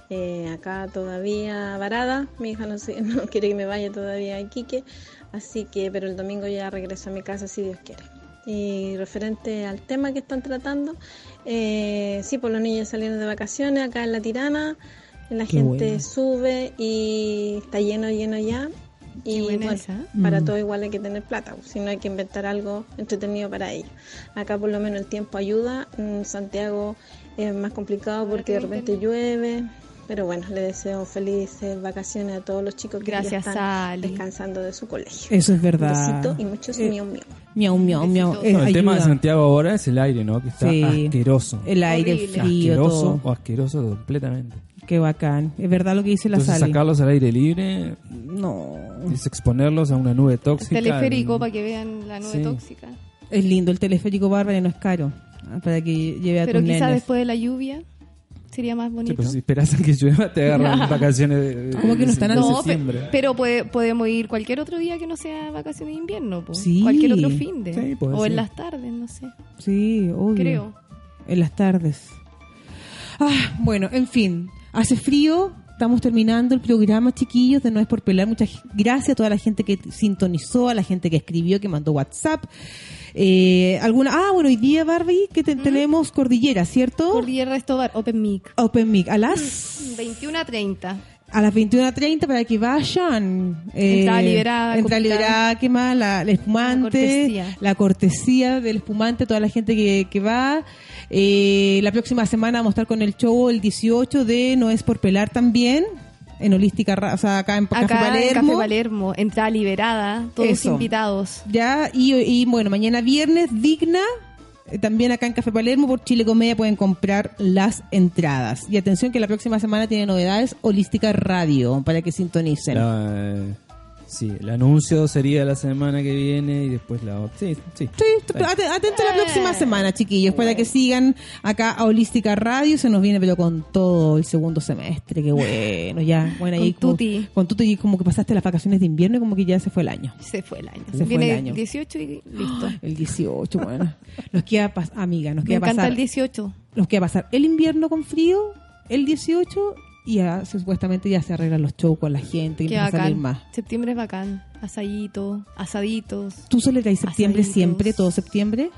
Speaker 6: Eh, acá todavía varada, mi hija no, se- <laughs> no quiere que me vaya todavía a Iquique, así que, pero el domingo ya regreso a mi casa si Dios quiere. Y referente al tema que están tratando, eh, sí, pues los niños salieron de vacaciones acá en La Tirana, la
Speaker 2: Qué
Speaker 6: gente
Speaker 2: buena.
Speaker 6: sube y está lleno, lleno ya.
Speaker 3: Qué
Speaker 6: Y
Speaker 3: buena
Speaker 6: bueno,
Speaker 3: esa.
Speaker 6: para
Speaker 2: Mm.
Speaker 6: todo igual hay que tener plata, pues, si no hay que inventar algo entretenido para ello. Acá por lo menos el tiempo ayuda, en Santiago es más complicado porque de repente llueve, pero bueno, le deseo felices vacaciones a todos los chicos que ya
Speaker 3: Gracias,
Speaker 6: están
Speaker 3: Sali.
Speaker 6: descansando de su colegio.
Speaker 2: Eso es
Speaker 6: Un
Speaker 2: verdad. Eh,
Speaker 6: besito y muchos miau miau.
Speaker 2: Miau, miau, miau.
Speaker 3: Besitos.
Speaker 2: Eh,
Speaker 4: No, el tema de
Speaker 2: ayuda.
Speaker 4: Santiago ahora es el aire, ¿no? Que está
Speaker 2: Sí.
Speaker 4: asqueroso.
Speaker 2: El aire, el
Speaker 3: Horrible.
Speaker 2: frío,
Speaker 4: asqueroso
Speaker 2: todo.
Speaker 4: o asqueroso completamente.
Speaker 2: Qué bacán. Es verdad lo que dice la
Speaker 4: Entonces
Speaker 2: Sally.
Speaker 4: sacarlos al aire libre
Speaker 2: No.
Speaker 4: es exponerlos a una nube tóxica.
Speaker 3: Teleférico
Speaker 4: en-
Speaker 3: para que vean la nube
Speaker 4: Sí.
Speaker 3: tóxica.
Speaker 2: Es lindo el teleférico Bárbara y no es caro. ah, Para que lleve a
Speaker 3: Pero
Speaker 2: tus
Speaker 3: quizás
Speaker 2: nenes.
Speaker 3: después de la lluvia sería más bonito.
Speaker 4: Sí, pues, si esperas a que llueva, te agarran
Speaker 2: <laughs>
Speaker 4: vacaciones. de-
Speaker 2: ¿Cómo que no están
Speaker 4: de
Speaker 2: en
Speaker 3: No, pe-
Speaker 4: septiembre?
Speaker 3: pero puede- podemos ir cualquier otro día que no sea vacaciones de invierno, po.
Speaker 2: Sí.
Speaker 3: cualquier otro fin de.
Speaker 4: Sí, puede
Speaker 3: o en
Speaker 4: ser.
Speaker 3: las tardes, no sé.
Speaker 2: Sí, obvio.
Speaker 3: Creo.
Speaker 2: En las tardes. Ah, bueno, en fin. Hace frío. Estamos terminando el programa, chiquillos, de No es por pelar. Muchas gracias a toda la gente que sintonizó, a la gente que escribió, que mandó WhatsApp. Eh, alguna Ah, bueno, hoy día, Barbie, que te- tenemos Cordillera, ¿cierto?
Speaker 3: Cordillera Estobar, Open Mic.
Speaker 2: Open Mic. A las...
Speaker 3: 21 a 30.
Speaker 2: a las 21.30 para que vayan. eh,
Speaker 3: Entrada liberada,
Speaker 2: Entrada
Speaker 3: copita.
Speaker 2: liberada, ¿qué más? La, la espumante. La cortesía.
Speaker 3: cortesía.
Speaker 2: del espumante, toda la gente que, que va. Eh, la próxima semana vamos a estar con el show el 18 de No es por pelar también, en Holística, Ra- o sea, acá en Café
Speaker 3: Acá en
Speaker 2: Palermo.
Speaker 3: Café Palermo, entrada liberada, todos
Speaker 2: Eso.
Speaker 3: invitados.
Speaker 2: Ya, y, y bueno, mañana viernes, digna. eh, También acá en Café Palermo por Chile Comedia pueden comprar las entradas. Y atención que la próxima semana tiene novedades Holística Radio para que sintonicen.
Speaker 4: La, eh, sí, el anuncio sería la semana que viene y después la otra. Sí, sí.
Speaker 2: Sí, t- at- atento a la
Speaker 3: Eh.
Speaker 2: próxima semana, chiquillos, para que sigan acá a Holística Radio. Se nos viene, pero con todo el segundo semestre. Qué bueno,
Speaker 3: <laughs>
Speaker 2: ya. Bueno, ahí
Speaker 3: Con
Speaker 2: como-
Speaker 3: tutti.
Speaker 2: Con Tuti, y como que pasaste las vacaciones de invierno y como que ya se fue el año.
Speaker 3: Se fue el año.
Speaker 2: Se fue
Speaker 3: Viene
Speaker 2: el año.
Speaker 3: 18 y
Speaker 2: <gasps>
Speaker 3: listo.
Speaker 2: El 18,
Speaker 3: <laughs>
Speaker 2: bueno. Nos queda, pas- amiga, nos
Speaker 3: Me
Speaker 2: queda
Speaker 3: encanta
Speaker 2: pasar.
Speaker 3: el 18.
Speaker 2: Nos queda pasar el invierno con frío, el 18, y ya supuestamente ya se arreglan los shows con la gente y
Speaker 3: Qué
Speaker 2: no va a salir
Speaker 3: bacán.
Speaker 2: más.
Speaker 3: Septiembre es bacán. Asadito, asaditos.
Speaker 2: ¿Tú celebráis septiembre
Speaker 3: Asaditos.
Speaker 2: siempre, todo septiembre?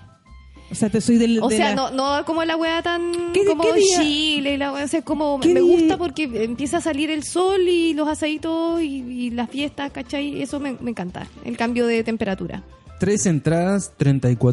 Speaker 2: O sea, te soy del.
Speaker 3: O
Speaker 2: de
Speaker 3: sea,
Speaker 2: la-
Speaker 3: no, no como la weá tan
Speaker 2: ¿Qué di-
Speaker 3: como
Speaker 2: qué
Speaker 3: en
Speaker 2: día?
Speaker 3: Chile y la weá, o sea, como
Speaker 2: ¿Qué
Speaker 3: me
Speaker 2: día?
Speaker 3: gusta porque empieza a salir el sol y los asaditos y, y las fiestas, ¿cachai? Eso me, me encanta, el cambio de temperatura.
Speaker 4: Tres entradas,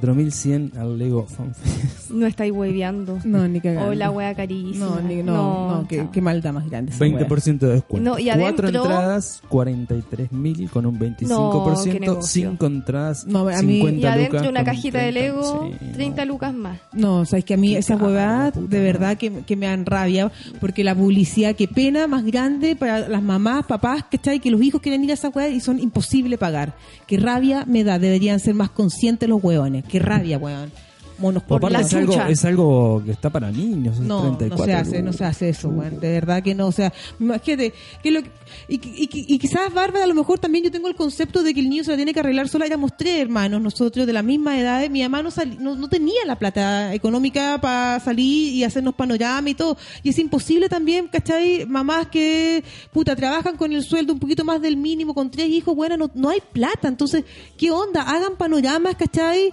Speaker 4: 34.100 al Lego Fan Fest.
Speaker 3: No estáis hueveando.
Speaker 2: No, ni cagando.
Speaker 3: O la weá carísima.
Speaker 2: No, ni- no, no, qué,
Speaker 3: chao.
Speaker 2: qué maldad más grande. esa
Speaker 4: 20% de descuento.
Speaker 3: No, y
Speaker 4: Cuatro
Speaker 3: adentro-
Speaker 4: entradas, 43.000 con un 25%.
Speaker 3: No, qué
Speaker 4: cinco entradas,
Speaker 2: No, a mí-
Speaker 4: 50
Speaker 3: Y adentro
Speaker 4: lucas
Speaker 3: una
Speaker 4: con
Speaker 3: cajita de
Speaker 4: 30,
Speaker 3: Lego,
Speaker 4: sí, no.
Speaker 3: 30 lucas más.
Speaker 2: weá. No, o sea, es que a mí
Speaker 4: Qué
Speaker 2: esas
Speaker 4: cagada,
Speaker 2: huevadas
Speaker 4: puta
Speaker 2: de
Speaker 4: madre.
Speaker 2: verdad que, que me dan rabia, porque la publicidad, qué pena más grande para las mamás, papás, ¿cachai? Que los hijos quieren ir a esas huevadas y son imposible pagar. Qué rabia me da, deberían ser más conscientes los huevones. Qué rabia, huevón. Monos
Speaker 4: O aparte
Speaker 3: la
Speaker 4: es algo,
Speaker 3: chucha.
Speaker 4: es algo que está para niños. es
Speaker 2: No, no
Speaker 4: 34
Speaker 2: se hace, no se hace eso, weón. De verdad que no. O sea, imagínate, que lo, y, y, y quizás Bárbara, a lo mejor también yo tengo el concepto de que el niño se la tiene que arreglar sola. Éramos tres hermanos, nosotros de la misma edad. Mi mamá no, sali- no, no tenía la plata económica para salir y hacernos panorama y todo. Y es imposible también, ¿cachai? Mamás que, puta, trabajan con el sueldo un poquito más del mínimo, con tres hijos, bueno, no, no hay plata. Entonces, ¿qué onda? Hagan panoramas, ¿cachai?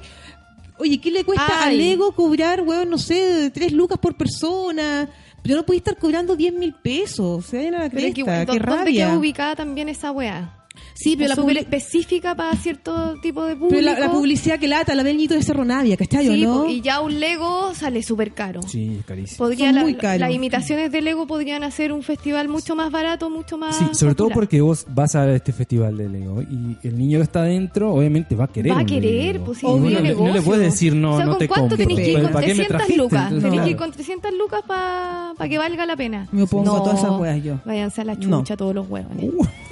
Speaker 2: Oye, ¿qué le cuesta a
Speaker 3: Ay.
Speaker 2: Lego cobrar, weón, no sé, tres lucas por persona? Pero no podéis estar cobrando 10 mil pesos. Se vayan a la
Speaker 3: Pero es que,
Speaker 2: cresta.
Speaker 3: ¿dó-
Speaker 2: Qué
Speaker 3: ¿Dónde queda
Speaker 2: rabia.
Speaker 3: ubicada también esa weá?
Speaker 2: Sí, pero la,
Speaker 3: Súper
Speaker 2: publi-
Speaker 3: específica para cierto tipo de público.
Speaker 2: pero la- la publicidad que lata, la ve el niño de Cerro Navia, ¿cachai o
Speaker 3: Sí,
Speaker 2: no?
Speaker 3: po, y ya un Lego sale súper caro.
Speaker 4: Sí, es carísimo.
Speaker 3: Podría
Speaker 2: Son
Speaker 3: la-
Speaker 2: muy caros.
Speaker 3: las imitaciones de Lego podrían hacer un festival mucho más barato, mucho más.
Speaker 4: Sí, sobre todo
Speaker 3: popular.
Speaker 4: porque vos vas a este festival de Lego y el niño que está adentro obviamente va a querer.
Speaker 3: Va a
Speaker 4: un
Speaker 3: querer,
Speaker 4: Lego.
Speaker 3: pues sí,
Speaker 4: Y
Speaker 3: obvio,
Speaker 4: no, le- no le
Speaker 3: negocio.
Speaker 4: puedes decir no,
Speaker 3: O sea,
Speaker 4: no
Speaker 3: ¿con
Speaker 4: te
Speaker 3: cuánto
Speaker 4: compro.
Speaker 3: tenés que ir con
Speaker 4: ¿Para qué me
Speaker 3: 300
Speaker 4: trajiste?
Speaker 3: lucas?
Speaker 4: Entonces,
Speaker 3: Tenés
Speaker 4: no.
Speaker 3: que ir con 300 lucas para que valga la pena.
Speaker 2: Me opongo a
Speaker 3: No,
Speaker 2: todas esas weas yo.
Speaker 3: Váyanse a la
Speaker 2: No.
Speaker 3: chucha todos los huevos.
Speaker 4: Uh. <laughs>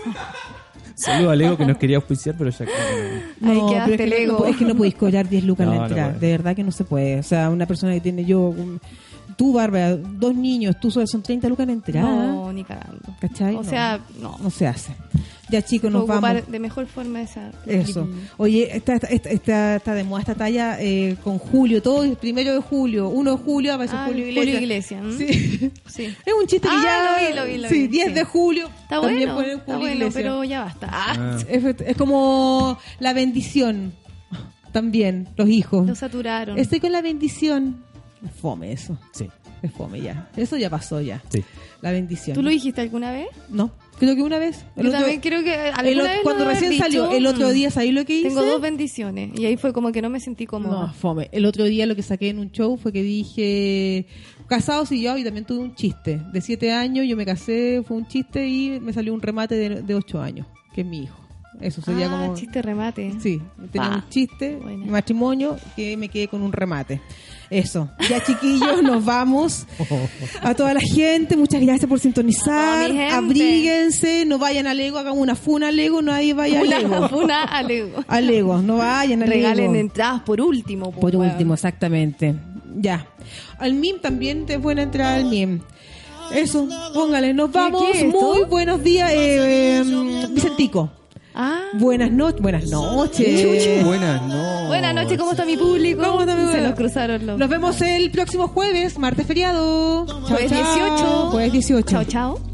Speaker 4: Saludo a Lego que nos quería auspiciar, pero ya
Speaker 3: <laughs>
Speaker 4: que...
Speaker 3: Ahí
Speaker 2: Uh, No,
Speaker 3: quedaste
Speaker 2: pero es que,
Speaker 3: Lego.
Speaker 2: no, es que no podéis cobrar 10 lucas en
Speaker 4: No,
Speaker 2: la
Speaker 4: no
Speaker 2: entrada.
Speaker 4: puedes.
Speaker 2: de verdad que no se puede. O sea, una persona que tiene yo, un- tú, Bárbara, dos niños, tú solo son 30 lucas en la entrada.
Speaker 3: No, ni cagando.
Speaker 2: ¿Cachai?
Speaker 3: O
Speaker 2: No.
Speaker 3: sea, no.
Speaker 2: No se hace. Ya, chicos, nos
Speaker 3: Ocupar
Speaker 2: vamos.
Speaker 3: de mejor forma esa.
Speaker 2: Eso. Oye, está, está, está, está- está de moda esta talla eh, con Julio, todo el primero de julio, 1 de julio, aparece
Speaker 3: Ah,
Speaker 2: Julio
Speaker 3: el Julio
Speaker 2: Iglesias.
Speaker 3: Iglesias, ¿m?
Speaker 2: Sí. <laughs>
Speaker 3: Sí.
Speaker 2: Es un chiste que ya.
Speaker 3: Ah, lo vi, lo vi, lo
Speaker 2: sí,
Speaker 3: vi,
Speaker 2: 10
Speaker 3: sí.
Speaker 2: de julio.
Speaker 3: Está
Speaker 2: también
Speaker 3: bueno,
Speaker 2: ponen
Speaker 3: está
Speaker 2: Julio
Speaker 3: bueno,
Speaker 2: Iglesias.
Speaker 3: pero ya basta. Ah.
Speaker 4: Ah.
Speaker 2: Es, es como la bendición. también, los hijos.
Speaker 3: Lo saturaron.
Speaker 2: Estoy con la bendición. Fome eso.
Speaker 4: Sí,
Speaker 2: Es fome ya. Eso ya pasó ya.
Speaker 4: sí.
Speaker 2: La bendición.
Speaker 3: ¿Tú lo dijiste alguna vez?
Speaker 2: No, creo que una vez. El
Speaker 3: Yo
Speaker 2: otro-
Speaker 3: también creo que eh, alguna
Speaker 2: el o-
Speaker 3: vez lo
Speaker 2: cuando
Speaker 3: debes
Speaker 2: recién
Speaker 3: dicho.
Speaker 2: salió, el otro
Speaker 3: Mm.
Speaker 2: día, ¿sabéis lo que hice?
Speaker 3: Tengo dos bendiciones. Y ahí fue como que no me sentí cómoda.
Speaker 2: No, fome. El otro día lo que saqué en un show fue que dije, casados y yo, y también tuve un chiste. De siete años yo me casé, fue un chiste y me salió un remate de, de ocho años, que es mi hijo. Eso sería
Speaker 3: ah,
Speaker 2: como...
Speaker 3: chiste remate.
Speaker 2: Sí, tenía
Speaker 3: Pa.
Speaker 2: un chiste,
Speaker 3: Buena.
Speaker 2: mi matrimonio, que me quedé con un remate. Eso. Ya chiquillos, nos vamos. A toda la gente, muchas gracias por
Speaker 3: A
Speaker 2: sintonizar.
Speaker 3: toda mi gente.
Speaker 2: Abríguense, no vayan a Lego, hagamos una funa a Lego, nadie vaya a
Speaker 3: Una,
Speaker 2: Lego.
Speaker 3: <laughs> una alego.
Speaker 2: A Lego, no vayan a
Speaker 3: Regalen
Speaker 2: Lego.
Speaker 3: entradas por último. po,
Speaker 2: Por
Speaker 3: weón.
Speaker 2: último, exactamente. Ya. Al MIM también te buena entrada al MIM. Eso, póngale, nos vamos.
Speaker 3: qué es esto?
Speaker 2: Muy buenos días, eh, eh, Vicentico.
Speaker 3: Ah.
Speaker 2: Buenas noches. Buenas noches.
Speaker 4: Buenas, no.
Speaker 3: Buenas noches, ¿cómo está mi público?
Speaker 2: ¿Cómo está mi
Speaker 3: Se
Speaker 2: público?
Speaker 3: nos cruzaron los.
Speaker 2: Nos vemos el próximo jueves, martes feriado. Chao,
Speaker 3: Jueves
Speaker 2: chao.
Speaker 3: 18.
Speaker 2: Jueves 18.
Speaker 3: Chao, chao.